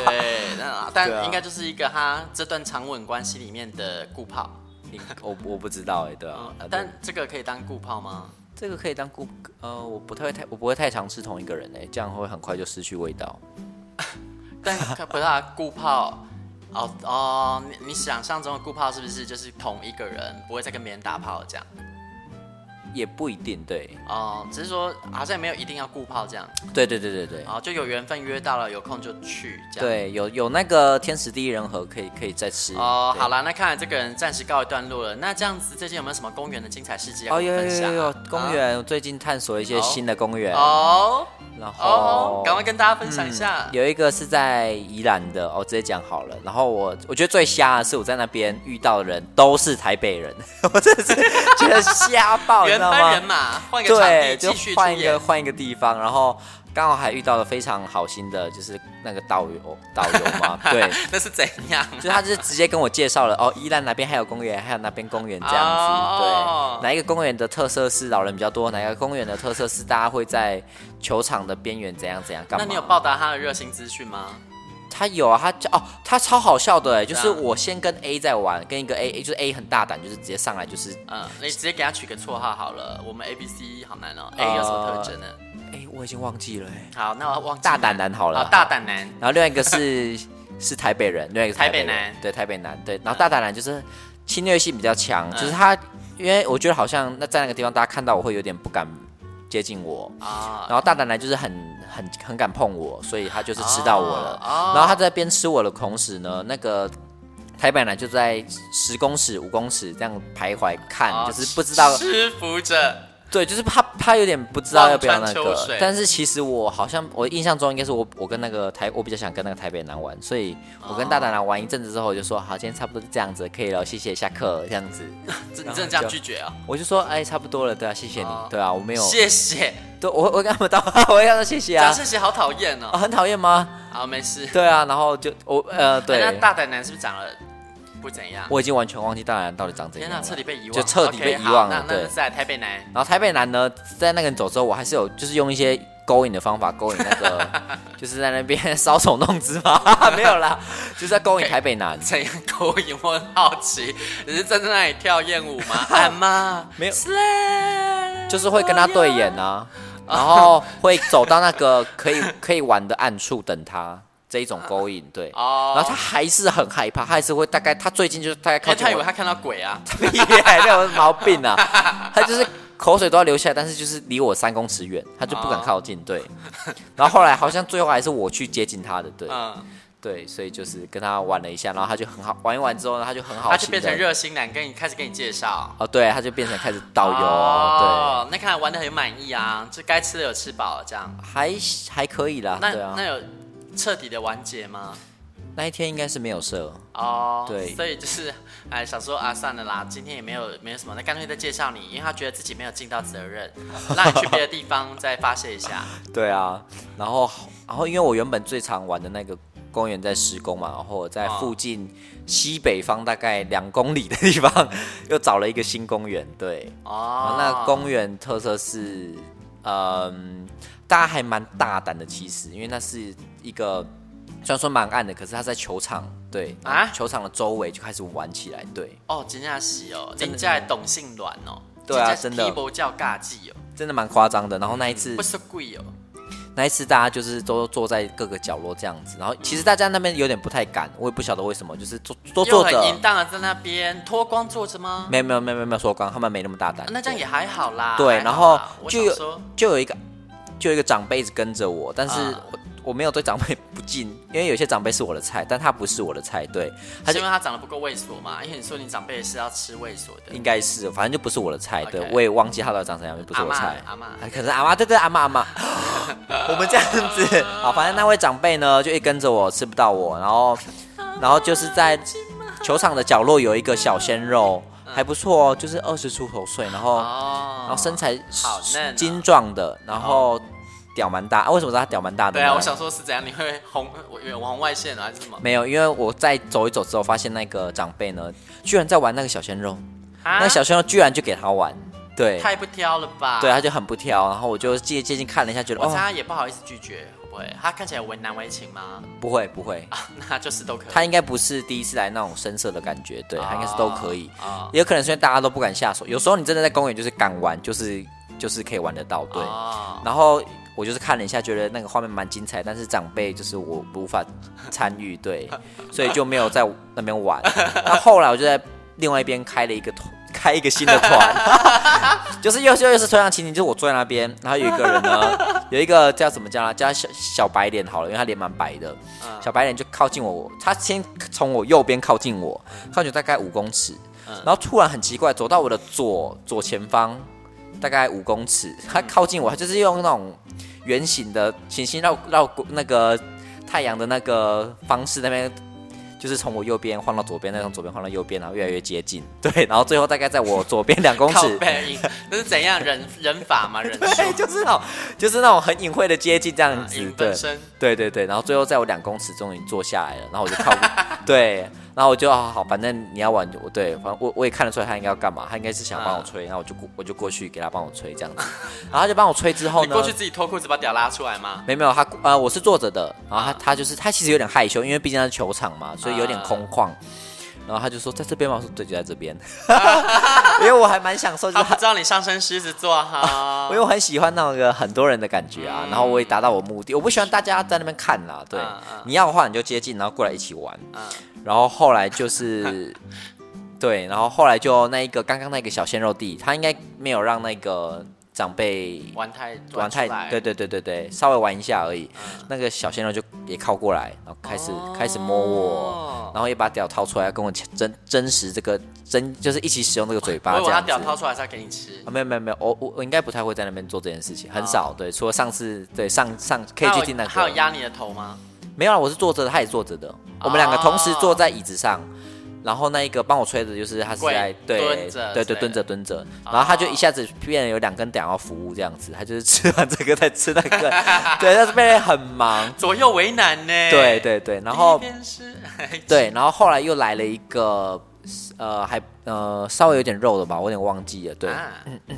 [SPEAKER 1] 对，那
[SPEAKER 2] 对
[SPEAKER 1] 但
[SPEAKER 2] 啊
[SPEAKER 1] 应该就是一个他这段长吻关系里面的顾炮。
[SPEAKER 2] 你我我不知道哎、对啊
[SPEAKER 1] 嗯，
[SPEAKER 2] 啊对
[SPEAKER 1] 但这个可以当顾炮吗？
[SPEAKER 2] 这个可以当顾呃，我不太会太我不会太常吃同一个人哎、这样会很快就失去味道。
[SPEAKER 1] 但可不是啊，顾炮。哦哦，你你想象中的顾炮是不是就是同一个人，不会再跟别人打炮这样？
[SPEAKER 2] 也不一定，对，
[SPEAKER 1] 哦，只是说好像也没有一定要顾炮这样，
[SPEAKER 2] 对对对对对，
[SPEAKER 1] 哦，就有缘分约到了，有空就去这样。
[SPEAKER 2] 对，有有那个天时地利人和，可以可以再吃
[SPEAKER 1] 哦，
[SPEAKER 2] 对
[SPEAKER 1] 好啦，那看来这个人暂时告一段落了。那这样子，最近有没有什么公园的精彩事迹要
[SPEAKER 2] 哦，
[SPEAKER 1] 跟
[SPEAKER 2] 有
[SPEAKER 1] 我
[SPEAKER 2] 有
[SPEAKER 1] 们分享
[SPEAKER 2] 有
[SPEAKER 1] 啊、
[SPEAKER 2] 有公
[SPEAKER 1] 啊
[SPEAKER 2] 园，我最近探索一些
[SPEAKER 1] 好
[SPEAKER 2] 新的公园，
[SPEAKER 1] 哦
[SPEAKER 2] 然
[SPEAKER 1] 哦
[SPEAKER 2] 后，
[SPEAKER 1] 赶快啊跟大家分享一下。
[SPEAKER 2] 有一个是在宜兰的，哦，直接讲好了。然后我我觉得最瞎的是我在那边遇到的人都是台北人， (laughs) 我真的是觉得瞎爆，你
[SPEAKER 1] 原
[SPEAKER 2] 知道
[SPEAKER 1] 班人
[SPEAKER 2] 吗？
[SPEAKER 1] 马，换一个场
[SPEAKER 2] 对，
[SPEAKER 1] 地
[SPEAKER 2] 就
[SPEAKER 1] 继续出
[SPEAKER 2] 换一个
[SPEAKER 1] 演。
[SPEAKER 2] 换一个地方，然后刚好还遇到了非常好心的，就是那个导游导游
[SPEAKER 1] (laughs)
[SPEAKER 2] 嘛，对，
[SPEAKER 1] 那是怎样？
[SPEAKER 2] 就他就是直接跟我介绍了哦，宜兰哪边还有公园，还有哪边公园这样子，
[SPEAKER 1] 哦
[SPEAKER 2] 对，哪一个公园的特色是老人比较多，哪个公园的特色是大家会在球场的边缘怎样怎样干嘛？
[SPEAKER 1] 那你有报答他的热心资讯吗？
[SPEAKER 2] 他有啊，他叫哦，他超好笑的哎，就是
[SPEAKER 1] 怎样
[SPEAKER 2] 我先跟 A 在玩，跟一个 A，就是 A 很大胆，就是直接上来就是，
[SPEAKER 1] 嗯，你直接给他取个绰号好了。我们 A B C 好难哦、a 有什么特征呢？
[SPEAKER 2] 哎，我已经忘记了哎，
[SPEAKER 1] 好，那我忘记
[SPEAKER 2] 大
[SPEAKER 1] 了
[SPEAKER 2] 胆男好了，
[SPEAKER 1] 好哦大胆男，
[SPEAKER 2] 然后另外一个是 (laughs) 是台北人，另外一个是
[SPEAKER 1] 台
[SPEAKER 2] 台北
[SPEAKER 1] 北
[SPEAKER 2] 人
[SPEAKER 1] 男
[SPEAKER 2] 对台北男，对，然后大胆男就是侵略性比较强，
[SPEAKER 1] 嗯
[SPEAKER 2] 就是他，因为我觉得好像那在那个地方，大家看到我会有点不敢接近我，
[SPEAKER 1] 啊，
[SPEAKER 2] 然后大胆男就是很很很敢碰我，所以他就是吃到我了，
[SPEAKER 1] 哦
[SPEAKER 2] 然后他在边吃我的同时呢，那个。台北男就在十公尺、五公尺这样徘徊看，
[SPEAKER 1] 哦
[SPEAKER 2] 就是不知道
[SPEAKER 1] 吃服着。
[SPEAKER 2] 对，就是他他有点不知道要不要那
[SPEAKER 1] 望穿秋
[SPEAKER 2] 个
[SPEAKER 1] 水，
[SPEAKER 2] 但是其实我好像我印象中应该是我我跟那个台我比较想跟那个台北男玩，所以我跟大胆男玩一阵子之后，我就说好，今天差不多就这样子，可以了，谢谢，下课这样子，
[SPEAKER 1] 这你真的这样拒绝啊、
[SPEAKER 2] 我就说哎，差不多了，对啊，谢谢你
[SPEAKER 1] 哦，
[SPEAKER 2] 对啊，我没有，
[SPEAKER 1] 谢谢，
[SPEAKER 2] 对，我我跟他们道，我跟他说谢谢
[SPEAKER 1] 这样
[SPEAKER 2] 啊，
[SPEAKER 1] 谢谢，好讨厌哦
[SPEAKER 2] (laughs) 啊。很讨厌吗？
[SPEAKER 1] 好，没事。哎
[SPEAKER 2] 对啊，然后就我呃
[SPEAKER 1] 那
[SPEAKER 2] 对，
[SPEAKER 1] 大胆男是不是长得不怎样？
[SPEAKER 2] 我已经完全忘记大胆男到底长怎
[SPEAKER 1] 天
[SPEAKER 2] 样
[SPEAKER 1] 哪、
[SPEAKER 2] 了，
[SPEAKER 1] 彻底被遗忘，
[SPEAKER 2] 就彻底被遗忘
[SPEAKER 1] OK，
[SPEAKER 2] 了
[SPEAKER 1] 好，那
[SPEAKER 2] 对
[SPEAKER 1] 那。在台北男
[SPEAKER 2] 然后台北男呢，在那个人走之后，我还是有就是用一些勾引的方法勾引那 (laughs) 个，就是在那边搔首弄姿嘛， (laughs) 没有啦，就是在勾引台北 (laughs) 男。
[SPEAKER 1] 怎样勾引？我很好
[SPEAKER 2] (laughs)
[SPEAKER 1] 奇，你是站在那里跳艳舞吗？俺妈
[SPEAKER 2] 没有
[SPEAKER 1] Slay
[SPEAKER 2] 就是会跟他对眼 (laughs) 啊，然后会走到那个 (laughs) 可以可以玩的暗处等他，这一种勾引对。
[SPEAKER 1] 哦
[SPEAKER 2] 然后他还是很害怕，他还是会大概他最近就是大概
[SPEAKER 1] 因
[SPEAKER 2] 靠
[SPEAKER 1] 为
[SPEAKER 2] 近
[SPEAKER 1] 他以
[SPEAKER 2] 我
[SPEAKER 1] 为他看到鬼啊！
[SPEAKER 2] 屁咧，那有毛病啊！他就是口水都要流下来，但是就是离我三公尺远，他就不敢靠近。对， (laughs) 然后后来好像最后还是我去接近他的，对、
[SPEAKER 1] 嗯，
[SPEAKER 2] 对，所以就是跟他玩了一下，然后他就很好玩一玩之后呢，他就很好，
[SPEAKER 1] 他就变成热心男，跟你开始跟你介绍。
[SPEAKER 2] 哦，对，他就变成开始导游，
[SPEAKER 1] 哦，那看来玩的很满意啊，就该吃的有吃饱，这样。
[SPEAKER 2] 对，还还可以啦，
[SPEAKER 1] 那、
[SPEAKER 2] 对啊
[SPEAKER 1] 那，有彻底的完结吗？
[SPEAKER 2] 那一天应该是没有射。
[SPEAKER 1] 哦，
[SPEAKER 2] 对
[SPEAKER 1] 所以就是 (laughs) 哎，想说啊，算了啦，今天也没有没有什么，那干脆再介绍你，因为他觉得自己没有尽到责
[SPEAKER 2] (laughs)
[SPEAKER 1] 任，让你去别的地方再发泄一下。
[SPEAKER 2] 对啊，然后然后因为我原本最常玩的那个公园在施工嘛，然后我在
[SPEAKER 1] 哦
[SPEAKER 2] 附近西北方大概两公里的地方又找了一个新公园。对，
[SPEAKER 1] 哦，
[SPEAKER 2] 那公园特色是，嗯，大家还蛮大胆的，其实，因为那是一个虽然说蛮暗的，可是它在球场，对
[SPEAKER 1] 啊
[SPEAKER 2] 然后球场的周围就开始玩起来，对，
[SPEAKER 1] 哦，真的是哦，
[SPEAKER 2] 真的
[SPEAKER 1] 人家的懂性软哦，
[SPEAKER 2] 对啊
[SPEAKER 1] 真的是
[SPEAKER 2] 真的
[SPEAKER 1] 皮薄叫尬技哦，
[SPEAKER 2] 真的蛮夸张的。然后那一次
[SPEAKER 1] 不，是贵哦，
[SPEAKER 2] 那一次大家就是都坐在各个角落这样子，然
[SPEAKER 1] 嗯
[SPEAKER 2] 后其实大家那边有点不太敢，我也不晓得为什么，就是坐都
[SPEAKER 1] 又
[SPEAKER 2] 坐
[SPEAKER 1] 很
[SPEAKER 2] 着，
[SPEAKER 1] 淫荡的在那边脱光坐着吗？
[SPEAKER 2] 没有没有没有没有没有说刚他们没那么大胆，
[SPEAKER 1] 啊那这样也还好啦。
[SPEAKER 2] 对，
[SPEAKER 1] 还
[SPEAKER 2] 然
[SPEAKER 1] 好
[SPEAKER 2] 后
[SPEAKER 1] 啦我
[SPEAKER 2] 就
[SPEAKER 1] 想
[SPEAKER 2] 有
[SPEAKER 1] 说，
[SPEAKER 2] 就有一个就有一个长辈一直跟着我，但是
[SPEAKER 1] 啊
[SPEAKER 2] 我、我没有对长辈不敬，因为有些长辈是我的菜，但他不是我的菜，对，他
[SPEAKER 1] 是
[SPEAKER 2] 就
[SPEAKER 1] 因为他长得不够猥琐嘛？因为你说你长辈是要吃猥琐的
[SPEAKER 2] 应，该是，反正就不是我的菜，对
[SPEAKER 1] OK
[SPEAKER 2] 我也忘记他到底长什么样，就不是我的菜。
[SPEAKER 1] 阿嬷阿嬷
[SPEAKER 2] 啊可是阿妈，对对阿妈
[SPEAKER 1] (laughs)
[SPEAKER 2] 阿妈，我们这样子，好，反正那位长辈呢，就一直跟着我，吃不到我，然后，然后就是在球场的角落有一个小鲜肉，还不错哦，就是二十出头岁，然后
[SPEAKER 1] 嗯哦，
[SPEAKER 2] 然后身材
[SPEAKER 1] 好嫩哦
[SPEAKER 2] 精壮的，然后屌蛮大、啊。为什么知道他屌蛮大的
[SPEAKER 1] 对
[SPEAKER 2] 呢？
[SPEAKER 1] 啊，我想说是怎样，你会红我远红外线啊，还是什么？
[SPEAKER 2] 没有，因为我在走一走之后，发现那个长辈呢，居然在玩那个小鲜肉，
[SPEAKER 1] 啊
[SPEAKER 2] 那小鲜肉居然就给他玩，对，
[SPEAKER 1] 太不挑了吧？
[SPEAKER 2] 对，他就很不挑。然后我就接接近看了一下，觉得
[SPEAKER 1] 我猜
[SPEAKER 2] 哦，
[SPEAKER 1] 他也不好意思拒绝，会不会？他看起来有为难为情吗？ (laughs)
[SPEAKER 2] 不会不会，
[SPEAKER 1] 啊，那就是都可以。
[SPEAKER 2] 他应该不是第一次来那种深色的感觉，对他应该是都可以。
[SPEAKER 1] 啊。
[SPEAKER 2] 也有可能是因为大家都不敢下手，有时候你真的在公园就是敢玩，就是就是可以玩得到，对。
[SPEAKER 1] 哦
[SPEAKER 2] 然后我就是看了一下，觉得那个画面蛮精彩，但是长辈就是我无法参与，对，所以就没有在那边玩。那后来我就在另外一边开了一个团，开一个新的团， (laughs) 就是又是又是同样情景，就是我坐在那边，然后有一个人呢，有一个叫怎么叫啊，叫他小小白脸好了，因为他脸蛮白的，
[SPEAKER 1] 嗯
[SPEAKER 2] 小白脸就靠近我，他先从我右边靠近我，靠近我大概五公尺，然后突然很奇怪，走到我的左左前方大概五公尺，他靠近我，他就是用那种圆形的行星绕绕过那个太阳的那个方式那边。就是从我右边晃到左边，再从左边晃到右边，然后越来越接近， (laughs) 对，然后最后大概在我左边两公
[SPEAKER 1] 靠
[SPEAKER 2] 尺，
[SPEAKER 1] 背影，那是怎样人人法嘛？人
[SPEAKER 2] 对，
[SPEAKER 1] 说
[SPEAKER 2] (laughs) 就是那种，就是那种很隐晦的接近这样子，
[SPEAKER 1] 影
[SPEAKER 2] 对
[SPEAKER 1] 分，身，
[SPEAKER 2] 对对对，然后最后在我两公尺终于坐下来了，然后我就靠，
[SPEAKER 1] (laughs)
[SPEAKER 2] 对，然后我就好好，反正你要玩就我对，反正我我也看得出来他应该要干嘛，他应该是想帮我
[SPEAKER 1] 啊
[SPEAKER 2] 吹，然后我就过我就过去给他帮我吹这样子，然后他就帮我吹之后
[SPEAKER 1] 你
[SPEAKER 2] 呢
[SPEAKER 1] 过，去自己脱裤子把屌拉出来吗？
[SPEAKER 2] 没有没有他呃我是坐着的，然
[SPEAKER 1] 啊
[SPEAKER 2] 后他他就是他其实有点害羞，因为毕竟他是球场嘛，所以有点空旷，然后他就说在这边吗？我说对，就在这
[SPEAKER 1] (laughs)
[SPEAKER 2] 边，因为我还蛮享受就
[SPEAKER 1] 他
[SPEAKER 2] 是
[SPEAKER 1] 不知道你上升狮子座
[SPEAKER 2] (laughs)
[SPEAKER 1] 哈
[SPEAKER 2] 因为。我很喜欢那个很多人的感觉啊，然后我也达到我目的。我不喜欢大家在那边看啦，对，
[SPEAKER 1] 嗯嗯
[SPEAKER 2] 你要的话你就接近，然后过来一起玩。
[SPEAKER 1] 嗯
[SPEAKER 2] 然后后
[SPEAKER 1] (laughs)
[SPEAKER 2] 来就是，对，然后后来就那一个刚刚那个小鲜肉弟，他应该没有让那个长辈
[SPEAKER 1] 玩太
[SPEAKER 2] 玩
[SPEAKER 1] 出来嗯
[SPEAKER 2] 太，对对对对对，稍微玩一下而已。那个小鲜肉就也靠过来，然后开始、开始摸我。
[SPEAKER 1] 哦
[SPEAKER 2] 然后也把屌掏出来，跟我真真实这个真就是一起使用这个嘴巴
[SPEAKER 1] 我以
[SPEAKER 2] 这
[SPEAKER 1] 为他
[SPEAKER 2] 样子。
[SPEAKER 1] 屌掏出来是要给你吃
[SPEAKER 2] 啊，，没有没有没有，我我我应该不太会在那边做这件事情，很少。对，除了上次对上上可以去听那
[SPEAKER 1] 哦还有哦
[SPEAKER 2] 个，
[SPEAKER 1] 压你的头吗？
[SPEAKER 2] 没有啊，我是坐着的，他也坐着的，我们两个同时坐在椅子上。然后那一个帮我吹的，就是他是
[SPEAKER 1] 跪
[SPEAKER 2] 在对
[SPEAKER 1] 蹲着
[SPEAKER 2] 对
[SPEAKER 1] 之
[SPEAKER 2] 对
[SPEAKER 1] 类
[SPEAKER 2] 蹲
[SPEAKER 1] 的
[SPEAKER 2] 着蹲着，然后他就一下子变得有两根屌要服务这样子，他就是吃完这个再吃那个，
[SPEAKER 1] (laughs)
[SPEAKER 2] 对，但是变得很忙，
[SPEAKER 1] 左右为难呢。
[SPEAKER 2] 对对对，然后
[SPEAKER 1] 第一边是
[SPEAKER 2] (laughs) 对，然后后来又来了一个呃还呃稍微有点肉的吧，我有点忘记了，对，
[SPEAKER 1] 啊，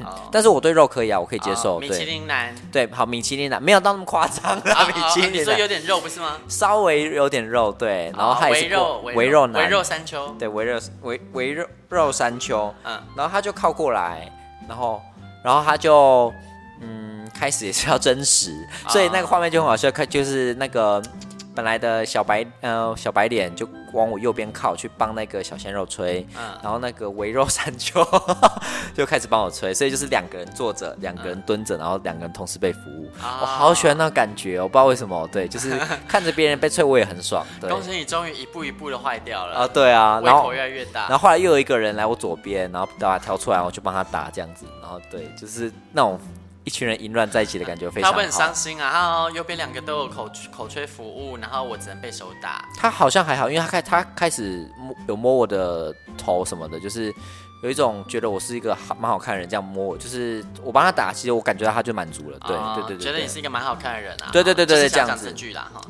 [SPEAKER 1] 哦
[SPEAKER 2] 但是我对肉可以啊，我可以接
[SPEAKER 1] 哦
[SPEAKER 2] 受，
[SPEAKER 1] 米
[SPEAKER 2] 对
[SPEAKER 1] 其林
[SPEAKER 2] (laughs)
[SPEAKER 1] 男，哦
[SPEAKER 2] 对，好，米其林的没有到那么夸张啦，米其
[SPEAKER 1] 啊你
[SPEAKER 2] 林
[SPEAKER 1] 说有
[SPEAKER 2] 的
[SPEAKER 1] 点肉不是吗？
[SPEAKER 2] 稍微有点肉，对，然后
[SPEAKER 1] 哦
[SPEAKER 2] 他也
[SPEAKER 1] 围
[SPEAKER 2] 是
[SPEAKER 1] 肉，
[SPEAKER 2] 过
[SPEAKER 1] 围
[SPEAKER 2] 肉
[SPEAKER 1] 围
[SPEAKER 2] 男，
[SPEAKER 1] 肉山丘，
[SPEAKER 2] 对，围肉围围肉肉山丘，
[SPEAKER 1] 嗯，
[SPEAKER 2] 然后他就靠过来，然后然后他就嗯开始也是要真实，
[SPEAKER 1] 啊
[SPEAKER 2] 所以那个画面就很好笑，看就是那个嗯本来的小白呃小白脸就往我右边靠去帮那个小鲜肉吹，
[SPEAKER 1] 嗯
[SPEAKER 2] 然后那个围肉山丘 (laughs) 就开始帮我吹，所以就是两个人坐着，两个人蹲着，然后两个人同时被服务。
[SPEAKER 1] 啊
[SPEAKER 2] (laughs) 我好喜欢那种感觉哦，我不知道为什么，对，就是
[SPEAKER 1] (laughs)
[SPEAKER 2] 看着别人被吹，我也很爽。对，
[SPEAKER 1] 恭喜你终于一步一步的坏掉
[SPEAKER 2] 啊，
[SPEAKER 1] 了，
[SPEAKER 2] 对啊，
[SPEAKER 1] 胃
[SPEAKER 2] 然后
[SPEAKER 1] 口越来越大
[SPEAKER 2] 然。后后来又有一个人来我左边，然后把他挑出来，我就帮他打这样子，然后对，就是那种一群人淫乱在一起的感觉非
[SPEAKER 1] 他
[SPEAKER 2] 常
[SPEAKER 1] 会很
[SPEAKER 2] 好
[SPEAKER 1] 伤。心啊！然后右边两个都有口口吹服务，然后我只能被手打。
[SPEAKER 2] 他好像还好，因为他开他开始摸有摸我的头什么的，就是有一种觉得我是一个好蛮好看的人，这样摸我，就是我帮他打，其实我感觉到他就满足了。对、
[SPEAKER 1] 哦
[SPEAKER 2] 对对对，
[SPEAKER 1] 觉得
[SPEAKER 2] 对
[SPEAKER 1] 你是一个蛮好看的人啊。
[SPEAKER 2] 对对对对
[SPEAKER 1] 就是
[SPEAKER 2] 对这
[SPEAKER 1] 想讲
[SPEAKER 2] 样子
[SPEAKER 1] 这句啦哈。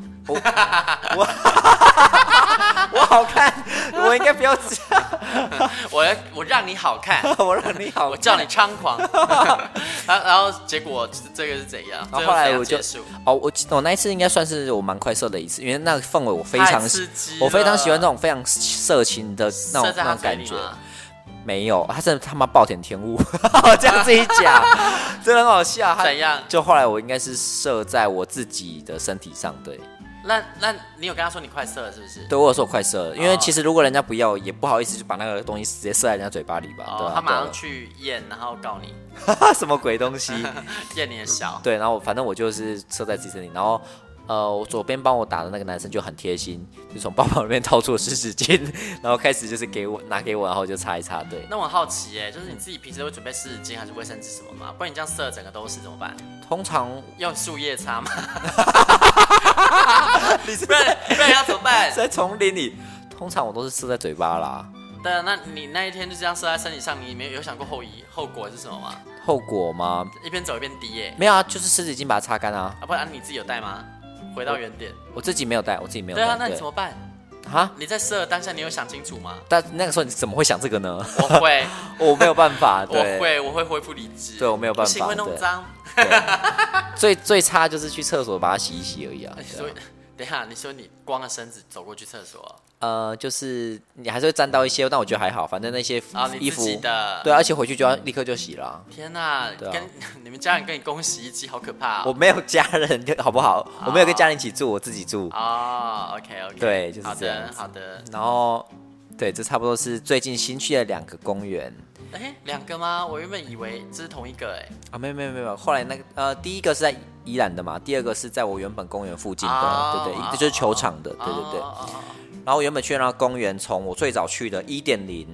[SPEAKER 2] (laughs) 我好看，我应该不要这样，
[SPEAKER 1] 我我让你好
[SPEAKER 2] (laughs)
[SPEAKER 1] 看，
[SPEAKER 2] 我让你好看。
[SPEAKER 1] 我叫你猖
[SPEAKER 2] (laughs)
[SPEAKER 1] 狂。然后 (laughs) 然后结果这个是怎样？
[SPEAKER 2] 然后
[SPEAKER 1] 最
[SPEAKER 2] 后来
[SPEAKER 1] 怎样
[SPEAKER 2] 我就
[SPEAKER 1] 结束
[SPEAKER 2] 哦，我记我那一次应该算是我蛮快射的一次，因为那个氛围我非
[SPEAKER 1] 太
[SPEAKER 2] 常
[SPEAKER 1] 刺
[SPEAKER 2] 喜，
[SPEAKER 1] 激了，
[SPEAKER 2] 我非常喜欢那种非常色情的
[SPEAKER 1] 射
[SPEAKER 2] 那种
[SPEAKER 1] 在
[SPEAKER 2] 那
[SPEAKER 1] 他
[SPEAKER 2] 种
[SPEAKER 1] 嘴
[SPEAKER 2] 感
[SPEAKER 1] 里
[SPEAKER 2] 觉。
[SPEAKER 1] 吗？
[SPEAKER 2] 没有，他真的他妈暴殄天物， (laughs) 我这样自己讲， (laughs) 真的很好笑。他
[SPEAKER 1] 怎样
[SPEAKER 2] 就后来我应该是射在我自己的身体上，对，
[SPEAKER 1] 那那你有跟他说你快射了是不是？
[SPEAKER 2] 对我有说我快射了，因为
[SPEAKER 1] 哦
[SPEAKER 2] 其实如果人家不要，也不好意思就把那个东西直接射在人家嘴巴里吧，对
[SPEAKER 1] 哦
[SPEAKER 2] 啊，
[SPEAKER 1] 他马上
[SPEAKER 2] 对啊
[SPEAKER 1] 去验，然后告你
[SPEAKER 2] (laughs) 什么鬼
[SPEAKER 1] (laughs)
[SPEAKER 2] 东西？
[SPEAKER 1] 验你的小。
[SPEAKER 2] 对，然后我反正我就是射在自己身体，然后呃，我左边帮我打的那个男生就很贴心，就从包包里面掏出了湿纸巾，然后开始就是给我拿给我，然后我就擦一擦。对，
[SPEAKER 1] 那我很好奇耶，就是你自己平时会准备湿纸巾还是卫生纸什么吗？不然你这样射整个都是怎么办？
[SPEAKER 2] 通常
[SPEAKER 1] 用树叶擦
[SPEAKER 2] (laughs)
[SPEAKER 1] 吗？不然不然要怎么办？
[SPEAKER 2] 在丛林里，通常我都是射在嘴巴啦，
[SPEAKER 1] 对啊，那你那一天就这样射在身体上，你没有有想过后遗后果是什么吗？
[SPEAKER 2] 后果吗？
[SPEAKER 1] 一边走一边滴耶，
[SPEAKER 2] 没有啊，就是湿纸巾把它擦干啊。
[SPEAKER 1] 啊不然你自己有带吗？回到原点。
[SPEAKER 2] 我自己没有带，我自己没有
[SPEAKER 1] 对
[SPEAKER 2] 带。
[SPEAKER 1] 啊，那你怎么办？
[SPEAKER 2] 啊？
[SPEAKER 1] 你在射的当下，你有想清楚
[SPEAKER 2] (laughs)
[SPEAKER 1] 吗？
[SPEAKER 2] 但那个时候你怎么会想这个呢？ (laughs)
[SPEAKER 1] 我会，
[SPEAKER 2] 我没有办法，
[SPEAKER 1] (laughs) 我
[SPEAKER 2] 对，
[SPEAKER 1] 会，我会恢复理智。
[SPEAKER 2] 对我没有办法
[SPEAKER 1] 不行会弄
[SPEAKER 2] 对
[SPEAKER 1] 脏。
[SPEAKER 2] 最最差就是去厕所把它洗一洗而已啊。
[SPEAKER 1] 你
[SPEAKER 2] 对
[SPEAKER 1] 说
[SPEAKER 2] 啊，
[SPEAKER 1] (laughs) 等一下，你说你光着身子走过去厕所
[SPEAKER 2] 呃，就是你还是会沾到一些，但我觉得还好，反正那些
[SPEAKER 1] 啊？你
[SPEAKER 2] 衣
[SPEAKER 1] 自
[SPEAKER 2] 服
[SPEAKER 1] 己的
[SPEAKER 2] 对，而且回去就要立刻就洗了啊。
[SPEAKER 1] 天哪、
[SPEAKER 2] 对啊
[SPEAKER 1] 跟你们家人跟你共洗衣机，好可怕
[SPEAKER 2] 我
[SPEAKER 1] 哦！
[SPEAKER 2] 没有家人，好不嗯好？我没有跟家人一起住，我自己住。
[SPEAKER 1] 哦，OK OK，
[SPEAKER 2] 对就是
[SPEAKER 1] 好
[SPEAKER 2] 这样
[SPEAKER 1] 的
[SPEAKER 2] 子
[SPEAKER 1] 好的。
[SPEAKER 2] 然后，对，这差不多是最近新去的两个公园
[SPEAKER 1] 哎、两个吗？我原本以为这是同一个哎、
[SPEAKER 2] 啊，没有没有没有。后来那个呃，第一个是在宜兰的嘛，第二个是在我原本公园附近的，
[SPEAKER 1] 哦
[SPEAKER 2] 对
[SPEAKER 1] 哦
[SPEAKER 2] 对，就是球场的，对对对。
[SPEAKER 1] 哦哦
[SPEAKER 2] 然后我原本去的那个公园，从我最早去的一点零，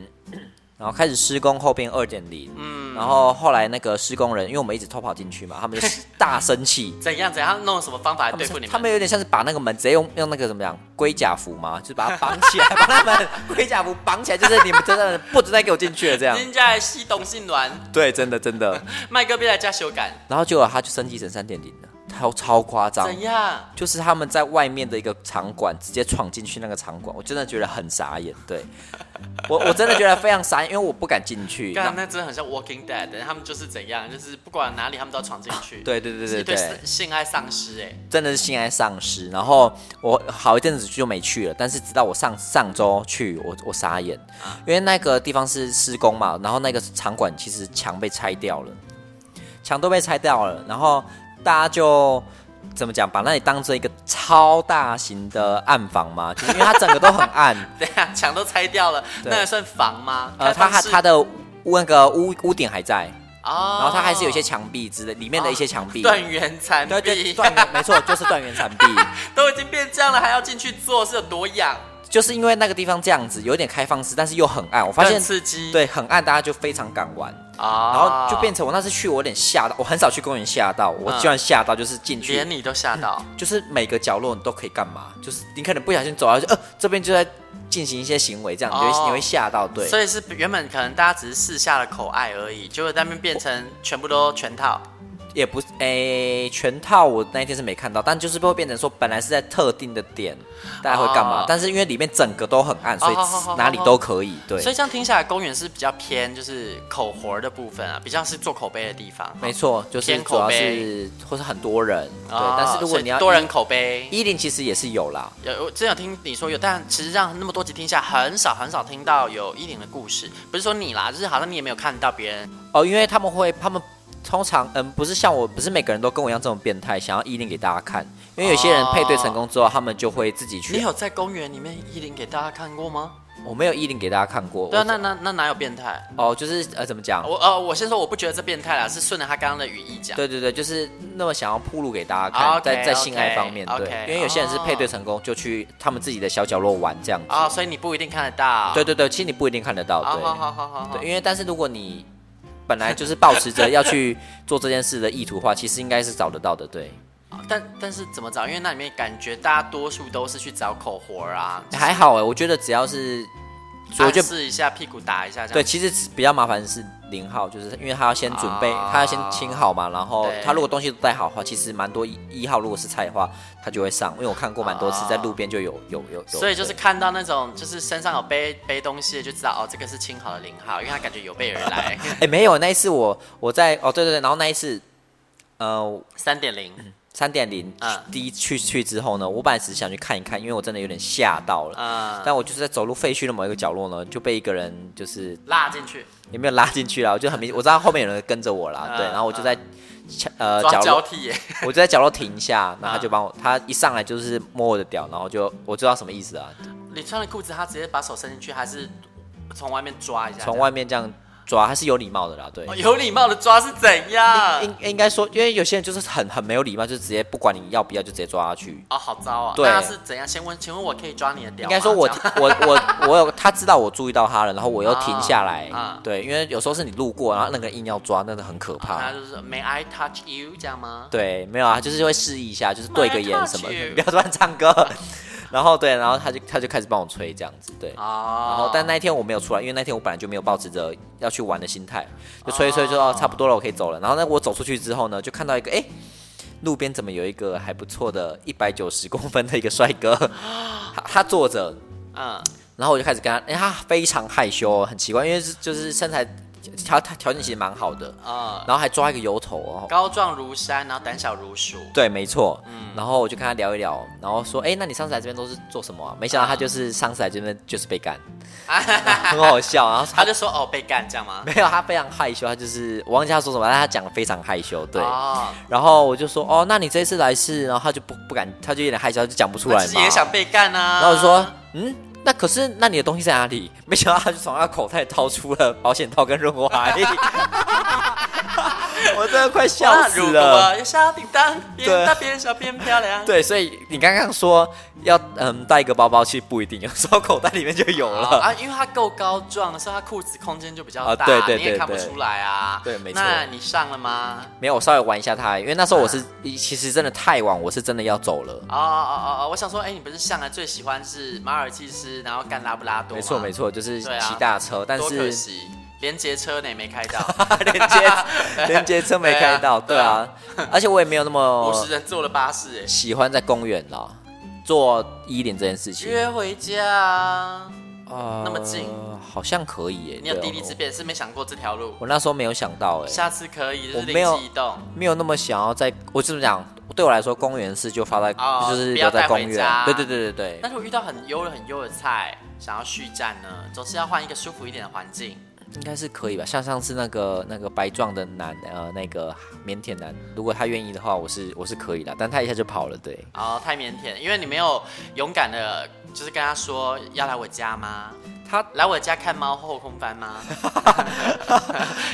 [SPEAKER 2] 然后开始施工，后变二点零，嗯，然后后来那个施工人，因为我们一直偷跑进去嘛，他们就大生气。
[SPEAKER 1] 怎样怎样？他弄了什么方法来
[SPEAKER 2] 他
[SPEAKER 1] 对
[SPEAKER 2] 们
[SPEAKER 1] 付你们？
[SPEAKER 2] 他们有点像是把那个门直接用用那个怎么讲龟甲服嘛，就是把它绑起来，把他们龟甲服绑起来，就是你们真的不准再给我进去了
[SPEAKER 1] (laughs)
[SPEAKER 2] 这样。
[SPEAKER 1] 人家系统性软，
[SPEAKER 2] 对，真的真的。
[SPEAKER 1] 麦哥被大家修改，
[SPEAKER 2] 然后结果他就升级成三点零了，他超夸张，
[SPEAKER 1] 怎样？
[SPEAKER 2] 就是他们在外面的一个场馆直接闯进去那个场馆，我真的觉得很傻眼。对我，我真的觉得非常傻眼，因为我不敢进去。
[SPEAKER 1] 干，
[SPEAKER 2] 那
[SPEAKER 1] 那真的很像 Walking Dead，他们就是怎样，就是不管哪里他们都要闯进去。
[SPEAKER 2] 对对对
[SPEAKER 1] 是一对
[SPEAKER 2] 对对，
[SPEAKER 1] 性性爱丧尸 (laughs) 哎，
[SPEAKER 2] 真的是心爱丧失。然后我好一阵子就没去了，但是直到我上上周去，我我傻眼，因为那个地方是施工嘛，然后那个场馆其实墙被拆掉了，墙都被拆掉了，然后大家就。怎么讲？把那里当做一个超大型的暗房嘛，就是因为它整个都很暗，
[SPEAKER 1] (laughs) 等一下啊墙都拆掉了，
[SPEAKER 2] 对
[SPEAKER 1] 那还算房吗？
[SPEAKER 2] 呃，它
[SPEAKER 1] 它
[SPEAKER 2] 还它的屋那个屋屋顶还在，
[SPEAKER 1] 哦，
[SPEAKER 2] 然后它还是有一些墙壁之类，里面的一些墙壁。
[SPEAKER 1] 断垣残
[SPEAKER 2] 对
[SPEAKER 1] 壁
[SPEAKER 2] 对，，断垣没错，就是断垣残壁，
[SPEAKER 1] 都已经变这样了，还要进去做，是有多痒？
[SPEAKER 2] 就是因为那个地方这样子，有点开放式，但是又很暗。我发
[SPEAKER 1] 很
[SPEAKER 2] 现
[SPEAKER 1] 刺激，
[SPEAKER 2] 对很暗，大家就非常敢玩，
[SPEAKER 1] 啊
[SPEAKER 2] 然后就变成我那次去，我有点吓到，我很少去公园吓到，我
[SPEAKER 1] 嗯
[SPEAKER 2] 居然吓到，就是进去
[SPEAKER 1] 连你都吓到，
[SPEAKER 2] 就是每个角落你都可以干嘛，就是你可能不小心走到就呃这边就在进行一些行为，这样你
[SPEAKER 1] 哦
[SPEAKER 2] 会你会吓到，对。
[SPEAKER 1] 所以是原本可能大家只是试下了口爱而已，结果在那边变成全部都全套。
[SPEAKER 2] 也不是诶、全套我那一天是没看到，但就是会变成说，本来是在特定的点，大家会干嘛？
[SPEAKER 1] 哦
[SPEAKER 2] 但是因为里面整个都很暗，所以
[SPEAKER 1] 好好好
[SPEAKER 2] 哪里都可以。对
[SPEAKER 1] 所，以这样听下来，公园是比较偏就是口活儿的部分啊，比较是做口碑的地方。
[SPEAKER 2] 没错，就是
[SPEAKER 1] 偏
[SPEAKER 2] 主
[SPEAKER 1] 口
[SPEAKER 2] 要
[SPEAKER 1] 碑
[SPEAKER 2] 是或是很多人，对。
[SPEAKER 1] 哦
[SPEAKER 2] 但是如
[SPEAKER 1] 所
[SPEAKER 2] 果
[SPEAKER 1] 以
[SPEAKER 2] 你要
[SPEAKER 1] 多人口碑，
[SPEAKER 2] 一零其实也是有啦，
[SPEAKER 1] 有我真有听你说有，但其实让那么多集听下，很少很少听到有一零的故事。不是说你啦，就是好像你也没有看到别人
[SPEAKER 2] 哦，因为他们会，他们通常，嗯，不是像我，不是每个人都跟我一样这种变态，想要依恋给大家看。因为有些人配对成功之后，他们就会自己
[SPEAKER 1] 你
[SPEAKER 2] 去。
[SPEAKER 1] 有在公园里面一零给大家看过吗？
[SPEAKER 2] 我没有依恋给大家看过。
[SPEAKER 1] 对啊，
[SPEAKER 2] 我
[SPEAKER 1] 那那那哪有变态？
[SPEAKER 2] 哦，就是呃，怎么讲？
[SPEAKER 1] 我呃，我先说我不觉得这变态啦，是顺着他刚刚的语义讲。
[SPEAKER 2] 对对对，就是那么想要铺路给大家
[SPEAKER 1] 啊
[SPEAKER 2] 看，
[SPEAKER 1] ，OK，
[SPEAKER 2] 在在性爱
[SPEAKER 1] OK，
[SPEAKER 2] 方面，对
[SPEAKER 1] OK，
[SPEAKER 2] 因为有些人是配对
[SPEAKER 1] 哦
[SPEAKER 2] 成功，就去他们自己的小角落玩这样子。
[SPEAKER 1] 啊、所以你不一定看得到。
[SPEAKER 2] 对对对，其实你不一定看得到，
[SPEAKER 1] 啊，好
[SPEAKER 2] 对
[SPEAKER 1] 好好好好。
[SPEAKER 2] 对，因为但是如果你本来就是抱持着要去做这件事的意图的话，其实应该是找得到的，对。
[SPEAKER 1] 啊但但是怎么找？因为那里面感觉大多数都是去找口活儿啊，
[SPEAKER 2] 还好哎、我觉得只要是，所以我
[SPEAKER 1] 就
[SPEAKER 2] 就
[SPEAKER 1] 试一下屁股打一下这
[SPEAKER 2] 对，
[SPEAKER 1] 样。
[SPEAKER 2] 其实比较麻烦的是零号，就是因为他要先准备，
[SPEAKER 1] 啊
[SPEAKER 2] 他要先清好嘛，然后
[SPEAKER 1] 对
[SPEAKER 2] 他如果东西都带好的话，其实蛮多一一号如果是菜的话，他就会上，因为我看过蛮多次，
[SPEAKER 1] 啊
[SPEAKER 2] 在路边就有有有有，
[SPEAKER 1] 所以就是
[SPEAKER 2] 对
[SPEAKER 1] 看到那种就是身上有背背东西的，就知道哦，这个是清好的零号，因为他感觉有备而
[SPEAKER 2] (laughs)
[SPEAKER 1] 来。
[SPEAKER 2] 哎、没有那一次我我在哦对对对，然后那一次呃
[SPEAKER 1] 三点零，
[SPEAKER 2] 三点零
[SPEAKER 1] 嗯
[SPEAKER 2] 第一去去之后呢，我本来只是想去看一看，因为我真的有点吓到了。
[SPEAKER 1] 嗯，
[SPEAKER 2] 但我就是在走入废墟的某一个角落呢，就被一个人就是
[SPEAKER 1] 拉进去，
[SPEAKER 2] 也没有拉进去啦，我就很明，我知道后面有人跟着我啦，
[SPEAKER 1] 嗯
[SPEAKER 2] 对，然后我就在呃
[SPEAKER 1] 抓嗯
[SPEAKER 2] 角
[SPEAKER 1] 交
[SPEAKER 2] 落，
[SPEAKER 1] 替耶，
[SPEAKER 2] 我就在角落停一下，然后他就帮我，他一上来就是摸我的屌，然后就我知道什么意思啊，
[SPEAKER 1] 你穿了裤子，他直接把手伸进去，还是从外面抓一下？
[SPEAKER 2] 从外面这样抓，他是有礼貌的啦，对
[SPEAKER 1] 哦、。有礼貌的抓是怎样？
[SPEAKER 2] 应应该说，因为有些人就是很很没有礼貌，就直接不管你要不要就直接抓下去。
[SPEAKER 1] 哦，好糟啊！
[SPEAKER 2] 对
[SPEAKER 1] 那他是怎样？先问，请问我可以抓你的屌
[SPEAKER 2] 应
[SPEAKER 1] 吗？
[SPEAKER 2] 该说我
[SPEAKER 1] 这样
[SPEAKER 2] 我我我有他知道我注意到他了，然后我又停下来，
[SPEAKER 1] 啊啊
[SPEAKER 2] 对，因为有时候是你路过，然后那个硬要抓，那个很可怕。
[SPEAKER 1] 他就是 May I touch you 这样吗？
[SPEAKER 2] 对，没有啊，就是会示意一下，就是对个眼什么
[SPEAKER 1] My touch
[SPEAKER 2] 的，不要乱唱歌。 (laughs) 然后对，然后他就他就开始帮我吹这样子，对。
[SPEAKER 1] 哦，
[SPEAKER 2] 然后但那一天我没有出来，因为那天我本来就没有抱持着要去玩的心态，就吹一吹就
[SPEAKER 1] 哦
[SPEAKER 2] 哦差不多了，我可以走了。然后呢，我走出去之后呢，就看到一个哎。诶路边怎么有一个还不错的，一百九十公分的一个帅哥，他他坐着，
[SPEAKER 1] 嗯，
[SPEAKER 2] 然后我就开始跟他，因为他非常害羞哦，很奇怪，因为是就是身材条他条件其实蛮好的，
[SPEAKER 1] 啊、
[SPEAKER 2] 然后还抓一个油头哦，
[SPEAKER 1] 高壮如山，然后胆小如鼠，
[SPEAKER 2] 对，没错。
[SPEAKER 1] 嗯
[SPEAKER 2] 然后我就跟他聊一聊，然后说，哎、那你上次来这边都是做什么啊？没想到他就是上次来这边就是被干，
[SPEAKER 1] 啊
[SPEAKER 2] (laughs) 很好笑。然后
[SPEAKER 1] 他
[SPEAKER 2] 他
[SPEAKER 1] 就说哦被干这样吗？
[SPEAKER 2] 没有，他非常害羞，他就是我忘记他说什么，但他讲的非常害羞。对。
[SPEAKER 1] 哦，
[SPEAKER 2] 然后我就说，哦，那你这次来是，然后他就不不敢，他就有点害羞，他就讲不出
[SPEAKER 1] 他
[SPEAKER 2] 来
[SPEAKER 1] 其实
[SPEAKER 2] 嘛。
[SPEAKER 1] 也想被干啊。
[SPEAKER 2] 然后我就说，嗯，那可是那你的东西在哪里？没想到他就从他口袋掏出了保险套跟润滑
[SPEAKER 1] (laughs)
[SPEAKER 2] 液，我真的快笑
[SPEAKER 1] 哇啊
[SPEAKER 2] 死了。，
[SPEAKER 1] 如果有小叮当，变
[SPEAKER 2] 对
[SPEAKER 1] 大变小变漂 (laughs) 亮。
[SPEAKER 2] (laughs) 对，啊所以你刚刚说要嗯带一个包包，去不一定，有时候口袋里面就有
[SPEAKER 1] 哦
[SPEAKER 2] 了。
[SPEAKER 1] (laughs) 啊，因为他够高壮，所以他裤子空间就比较大，
[SPEAKER 2] 啊对对
[SPEAKER 1] 你也
[SPEAKER 2] 对
[SPEAKER 1] 看不
[SPEAKER 2] 对
[SPEAKER 1] 出来啊。
[SPEAKER 2] 对没错
[SPEAKER 1] 那你上了吗？
[SPEAKER 2] 没有，我稍微玩一下他，因为那时候我是、其实真的太晚，我是
[SPEAKER 1] 啊
[SPEAKER 2] 真的要走了。
[SPEAKER 1] 哦哦哦哦，我想说，哎、你不是向来最喜欢是马尔济斯，然后干拉布拉多吗？
[SPEAKER 2] 没错没错，就是
[SPEAKER 1] 对啊
[SPEAKER 2] 骑大车，但
[SPEAKER 1] 多可
[SPEAKER 2] 是
[SPEAKER 1] 惜，连接车呢也没开到，
[SPEAKER 2] (laughs) 连接连接车没开到，
[SPEAKER 1] 对
[SPEAKER 2] 对
[SPEAKER 1] 啊
[SPEAKER 2] 啊，而且我也没有那
[SPEAKER 1] 五
[SPEAKER 2] 么
[SPEAKER 1] 十人坐了巴士、哎。
[SPEAKER 2] 喜欢在公园啦做衣领这件事情。
[SPEAKER 1] 约回家啊！
[SPEAKER 2] 啊
[SPEAKER 1] 那么近，
[SPEAKER 2] 呃好像可以耶。
[SPEAKER 1] 你有
[SPEAKER 2] 对啊哦
[SPEAKER 1] 地利之便，是没想过这条路
[SPEAKER 2] 我，我那时候没有想到哎，
[SPEAKER 1] 下次可以就
[SPEAKER 2] 我
[SPEAKER 1] 是
[SPEAKER 2] 没
[SPEAKER 1] 灵
[SPEAKER 2] 有
[SPEAKER 1] 机一动，
[SPEAKER 2] 没有那么想要在，我怎么讲？对我来说，公园事就发在，
[SPEAKER 1] 哦
[SPEAKER 2] 就是
[SPEAKER 1] 不要
[SPEAKER 2] 留在
[SPEAKER 1] 带回
[SPEAKER 2] 公园
[SPEAKER 1] 家。
[SPEAKER 2] 对对对对
[SPEAKER 1] 但
[SPEAKER 2] 对，
[SPEAKER 1] 是我遇到很优的很优的菜，想要续战呢，总是要换一个舒服一点的环境。
[SPEAKER 2] 应该是可以吧？像上次那个那个白壮的男，呃，那个腼腆男，如果他愿意的话，我是我是可以的，但他一下就跑了，对。
[SPEAKER 1] 哦，太腼腆，因为你没有勇敢的，就是跟他说要来我家吗？
[SPEAKER 2] 他
[SPEAKER 1] 来我家看猫后空翻吗？ (laughs)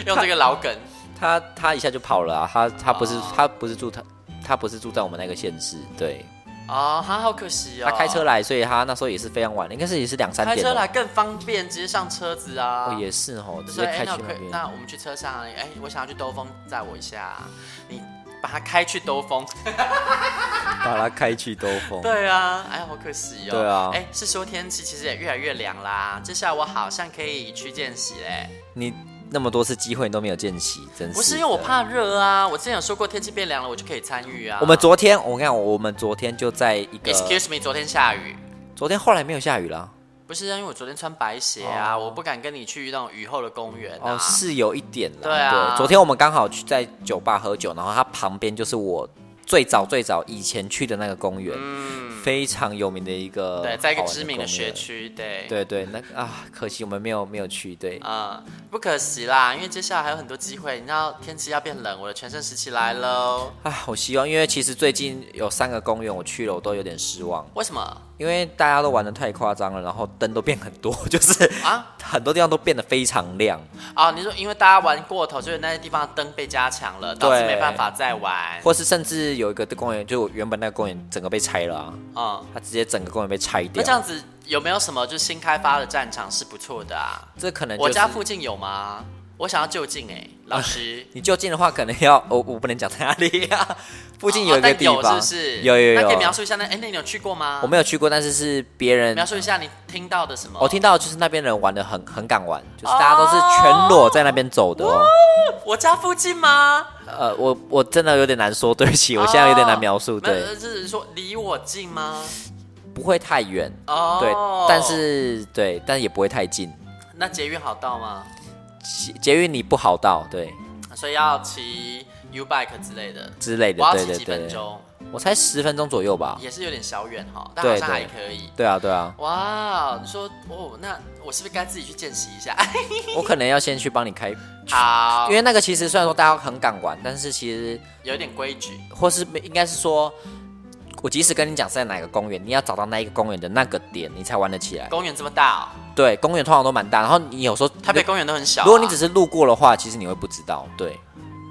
[SPEAKER 1] 用这个老梗，
[SPEAKER 2] 他他一下就跑了啊！他他不是、
[SPEAKER 1] 哦
[SPEAKER 2] 他不是住他他不是住在我们那个县市，对。
[SPEAKER 1] 哦，他好可惜哦。
[SPEAKER 2] 他开车来，所以他那时候也是非常晚了，应该是也是两三
[SPEAKER 1] 开
[SPEAKER 2] 点
[SPEAKER 1] 车
[SPEAKER 2] 了。
[SPEAKER 1] 来更方便，直接上车子啊。
[SPEAKER 2] 哦，也是哦，
[SPEAKER 1] 就
[SPEAKER 2] 直
[SPEAKER 1] 是
[SPEAKER 2] 接
[SPEAKER 1] 哎、
[SPEAKER 2] 开去
[SPEAKER 1] 那我
[SPEAKER 2] 那
[SPEAKER 1] 可以
[SPEAKER 2] 边。
[SPEAKER 1] 那我们去车上，哎、我想要去兜风，载我一下。啊你把它开去兜风，
[SPEAKER 2] 把他开去兜风。
[SPEAKER 1] 对啊，哎，好可惜哦。
[SPEAKER 2] 哦对啊
[SPEAKER 1] 哎、是说天气其实也越来越凉啦，这下我好像可以去见习嘞。
[SPEAKER 2] 你那么多次机会你都没有见习，真是。
[SPEAKER 1] 不是因为我。怕热啊，我之前有说过天气变凉了我就可以参与啊。
[SPEAKER 2] 我们昨天，我跟你讲，我们昨天就在一个
[SPEAKER 1] Excuse me，昨天下雨。
[SPEAKER 2] 昨天后来没有下雨了，
[SPEAKER 1] 不是啊，因为我昨天穿白鞋啊，
[SPEAKER 2] 哦
[SPEAKER 1] 我不敢跟你去那种雨后的公园啊。
[SPEAKER 2] 哦，是有一点啦。
[SPEAKER 1] 对啊
[SPEAKER 2] 昨天我们刚好去在酒吧喝酒，然后它旁边就是我最早最早以前去的那个公园，非常有名的一个，
[SPEAKER 1] 嗯对，在一个知名的学
[SPEAKER 2] 学。
[SPEAKER 1] 区，对。
[SPEAKER 2] 对对，那个啊，可惜我们没有没有去。对，
[SPEAKER 1] 嗯，不可惜啦，因为接下来还有很多机会。你知道天气要变冷，我的全盛时期来喽。
[SPEAKER 2] 啊，我希望，因为其实最近有三个公园我去了，我都有点失望，
[SPEAKER 1] 为什么
[SPEAKER 2] 因为大家都玩的太夸张了，然后灯都变很多， (laughs) 就是
[SPEAKER 1] 啊？
[SPEAKER 2] 很多地方都变得非常亮，
[SPEAKER 1] 啊，你说因为大家玩过头，所以那些地方的灯被加强了，导致
[SPEAKER 2] 对
[SPEAKER 1] 没办法再玩。
[SPEAKER 2] 或是甚至有一个公园，就原本那个公园整个被拆了啊，
[SPEAKER 1] 嗯，
[SPEAKER 2] 它直接整个公园被拆
[SPEAKER 1] 那
[SPEAKER 2] 掉。
[SPEAKER 1] 这样子有没有什么就是新开发的战场是不错的啊？
[SPEAKER 2] 呃这可能、就是、啊
[SPEAKER 1] 我家附近有吗？我想要就近哎、老师。
[SPEAKER 2] 你就近的话，可能要 (laughs) 哦我我不能讲在哪里啊，附 (laughs) 近有一
[SPEAKER 1] 哦
[SPEAKER 2] 个
[SPEAKER 1] 哦
[SPEAKER 2] 地
[SPEAKER 1] 但
[SPEAKER 2] 方，
[SPEAKER 1] 有是不是？
[SPEAKER 2] 有有
[SPEAKER 1] 那可以
[SPEAKER 2] 有
[SPEAKER 1] 描述一下那哎、那你有去过吗？
[SPEAKER 2] 我没有去过，但是是别人
[SPEAKER 1] 描述一下你听到的什么？
[SPEAKER 2] 我听到就是那边人玩的很很敢玩，
[SPEAKER 1] 哦
[SPEAKER 2] 就是大家都是全裸在那边走的哦。
[SPEAKER 1] 我家附近吗？
[SPEAKER 2] 呃，我我真的有点难说，对不起，我现在有点难描述。
[SPEAKER 1] 哦没有
[SPEAKER 2] 对，
[SPEAKER 1] 就是说离我近吗？
[SPEAKER 2] 不会太远，
[SPEAKER 1] 哦，
[SPEAKER 2] 对，但是对，但也不会太近。
[SPEAKER 1] 那捷运好到吗？
[SPEAKER 2] 捷捷运你不好到，对
[SPEAKER 1] 所以要骑 U bike 之类的。
[SPEAKER 2] 之类的
[SPEAKER 1] 我，要
[SPEAKER 2] 对
[SPEAKER 1] 骑
[SPEAKER 2] 对
[SPEAKER 1] 几分
[SPEAKER 2] 对。
[SPEAKER 1] 钟，
[SPEAKER 2] 我才十分钟左右吧。
[SPEAKER 1] 也是有点小远哈，但
[SPEAKER 2] 对
[SPEAKER 1] 好像还
[SPEAKER 2] 对
[SPEAKER 1] 可以。
[SPEAKER 2] 对啊，对啊，
[SPEAKER 1] 哇，你说哦，那我是不是该自己去见习
[SPEAKER 2] (laughs)
[SPEAKER 1] 一下？
[SPEAKER 2] (laughs) 我可能要先去帮你开，
[SPEAKER 1] 好
[SPEAKER 2] 因，为那个其实虽然说大家很敢玩，但是其实
[SPEAKER 1] 有点规矩
[SPEAKER 2] 或是应该是说，我即使跟你讲是在哪个公园，你要找到那一个公园的那个点，你才玩得起来。
[SPEAKER 1] 公园这么大、哦，
[SPEAKER 2] 对，公园通常都蛮大，然后你有时候
[SPEAKER 1] 台北公园都很小啊、
[SPEAKER 2] 如果你只是路过的话，其实你会不知道。对，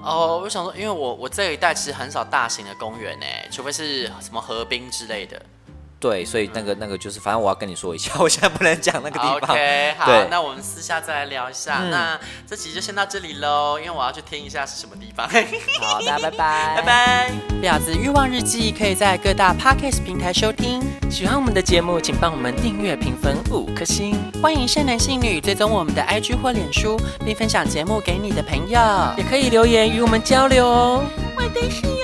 [SPEAKER 1] 哦，我想说，因为我我这一带其实很少大型的公园诶，除非是什么河滨之类的。
[SPEAKER 2] 对，所以那个那个就是，反正我要跟你说一下， (laughs) 我现在不能讲那个地方。
[SPEAKER 1] OK，好
[SPEAKER 2] 对，嗯
[SPEAKER 1] 那我们私下再来聊一下。那这集就先到这里喽，因为我要去听一下是什么地方。
[SPEAKER 2] 好，大家拜拜，
[SPEAKER 1] 拜。拜。婊子欲望日记可以在各大 podcast 平台收听，
[SPEAKER 3] 喜欢我们的节目，请帮我们订阅、评分五颗星。
[SPEAKER 1] 欢迎善男信女追踪我们的 IG 或脸书，并分享节目给你的朋友。
[SPEAKER 3] 也可以留言与我们交流哦。
[SPEAKER 4] 我的世
[SPEAKER 1] 嗯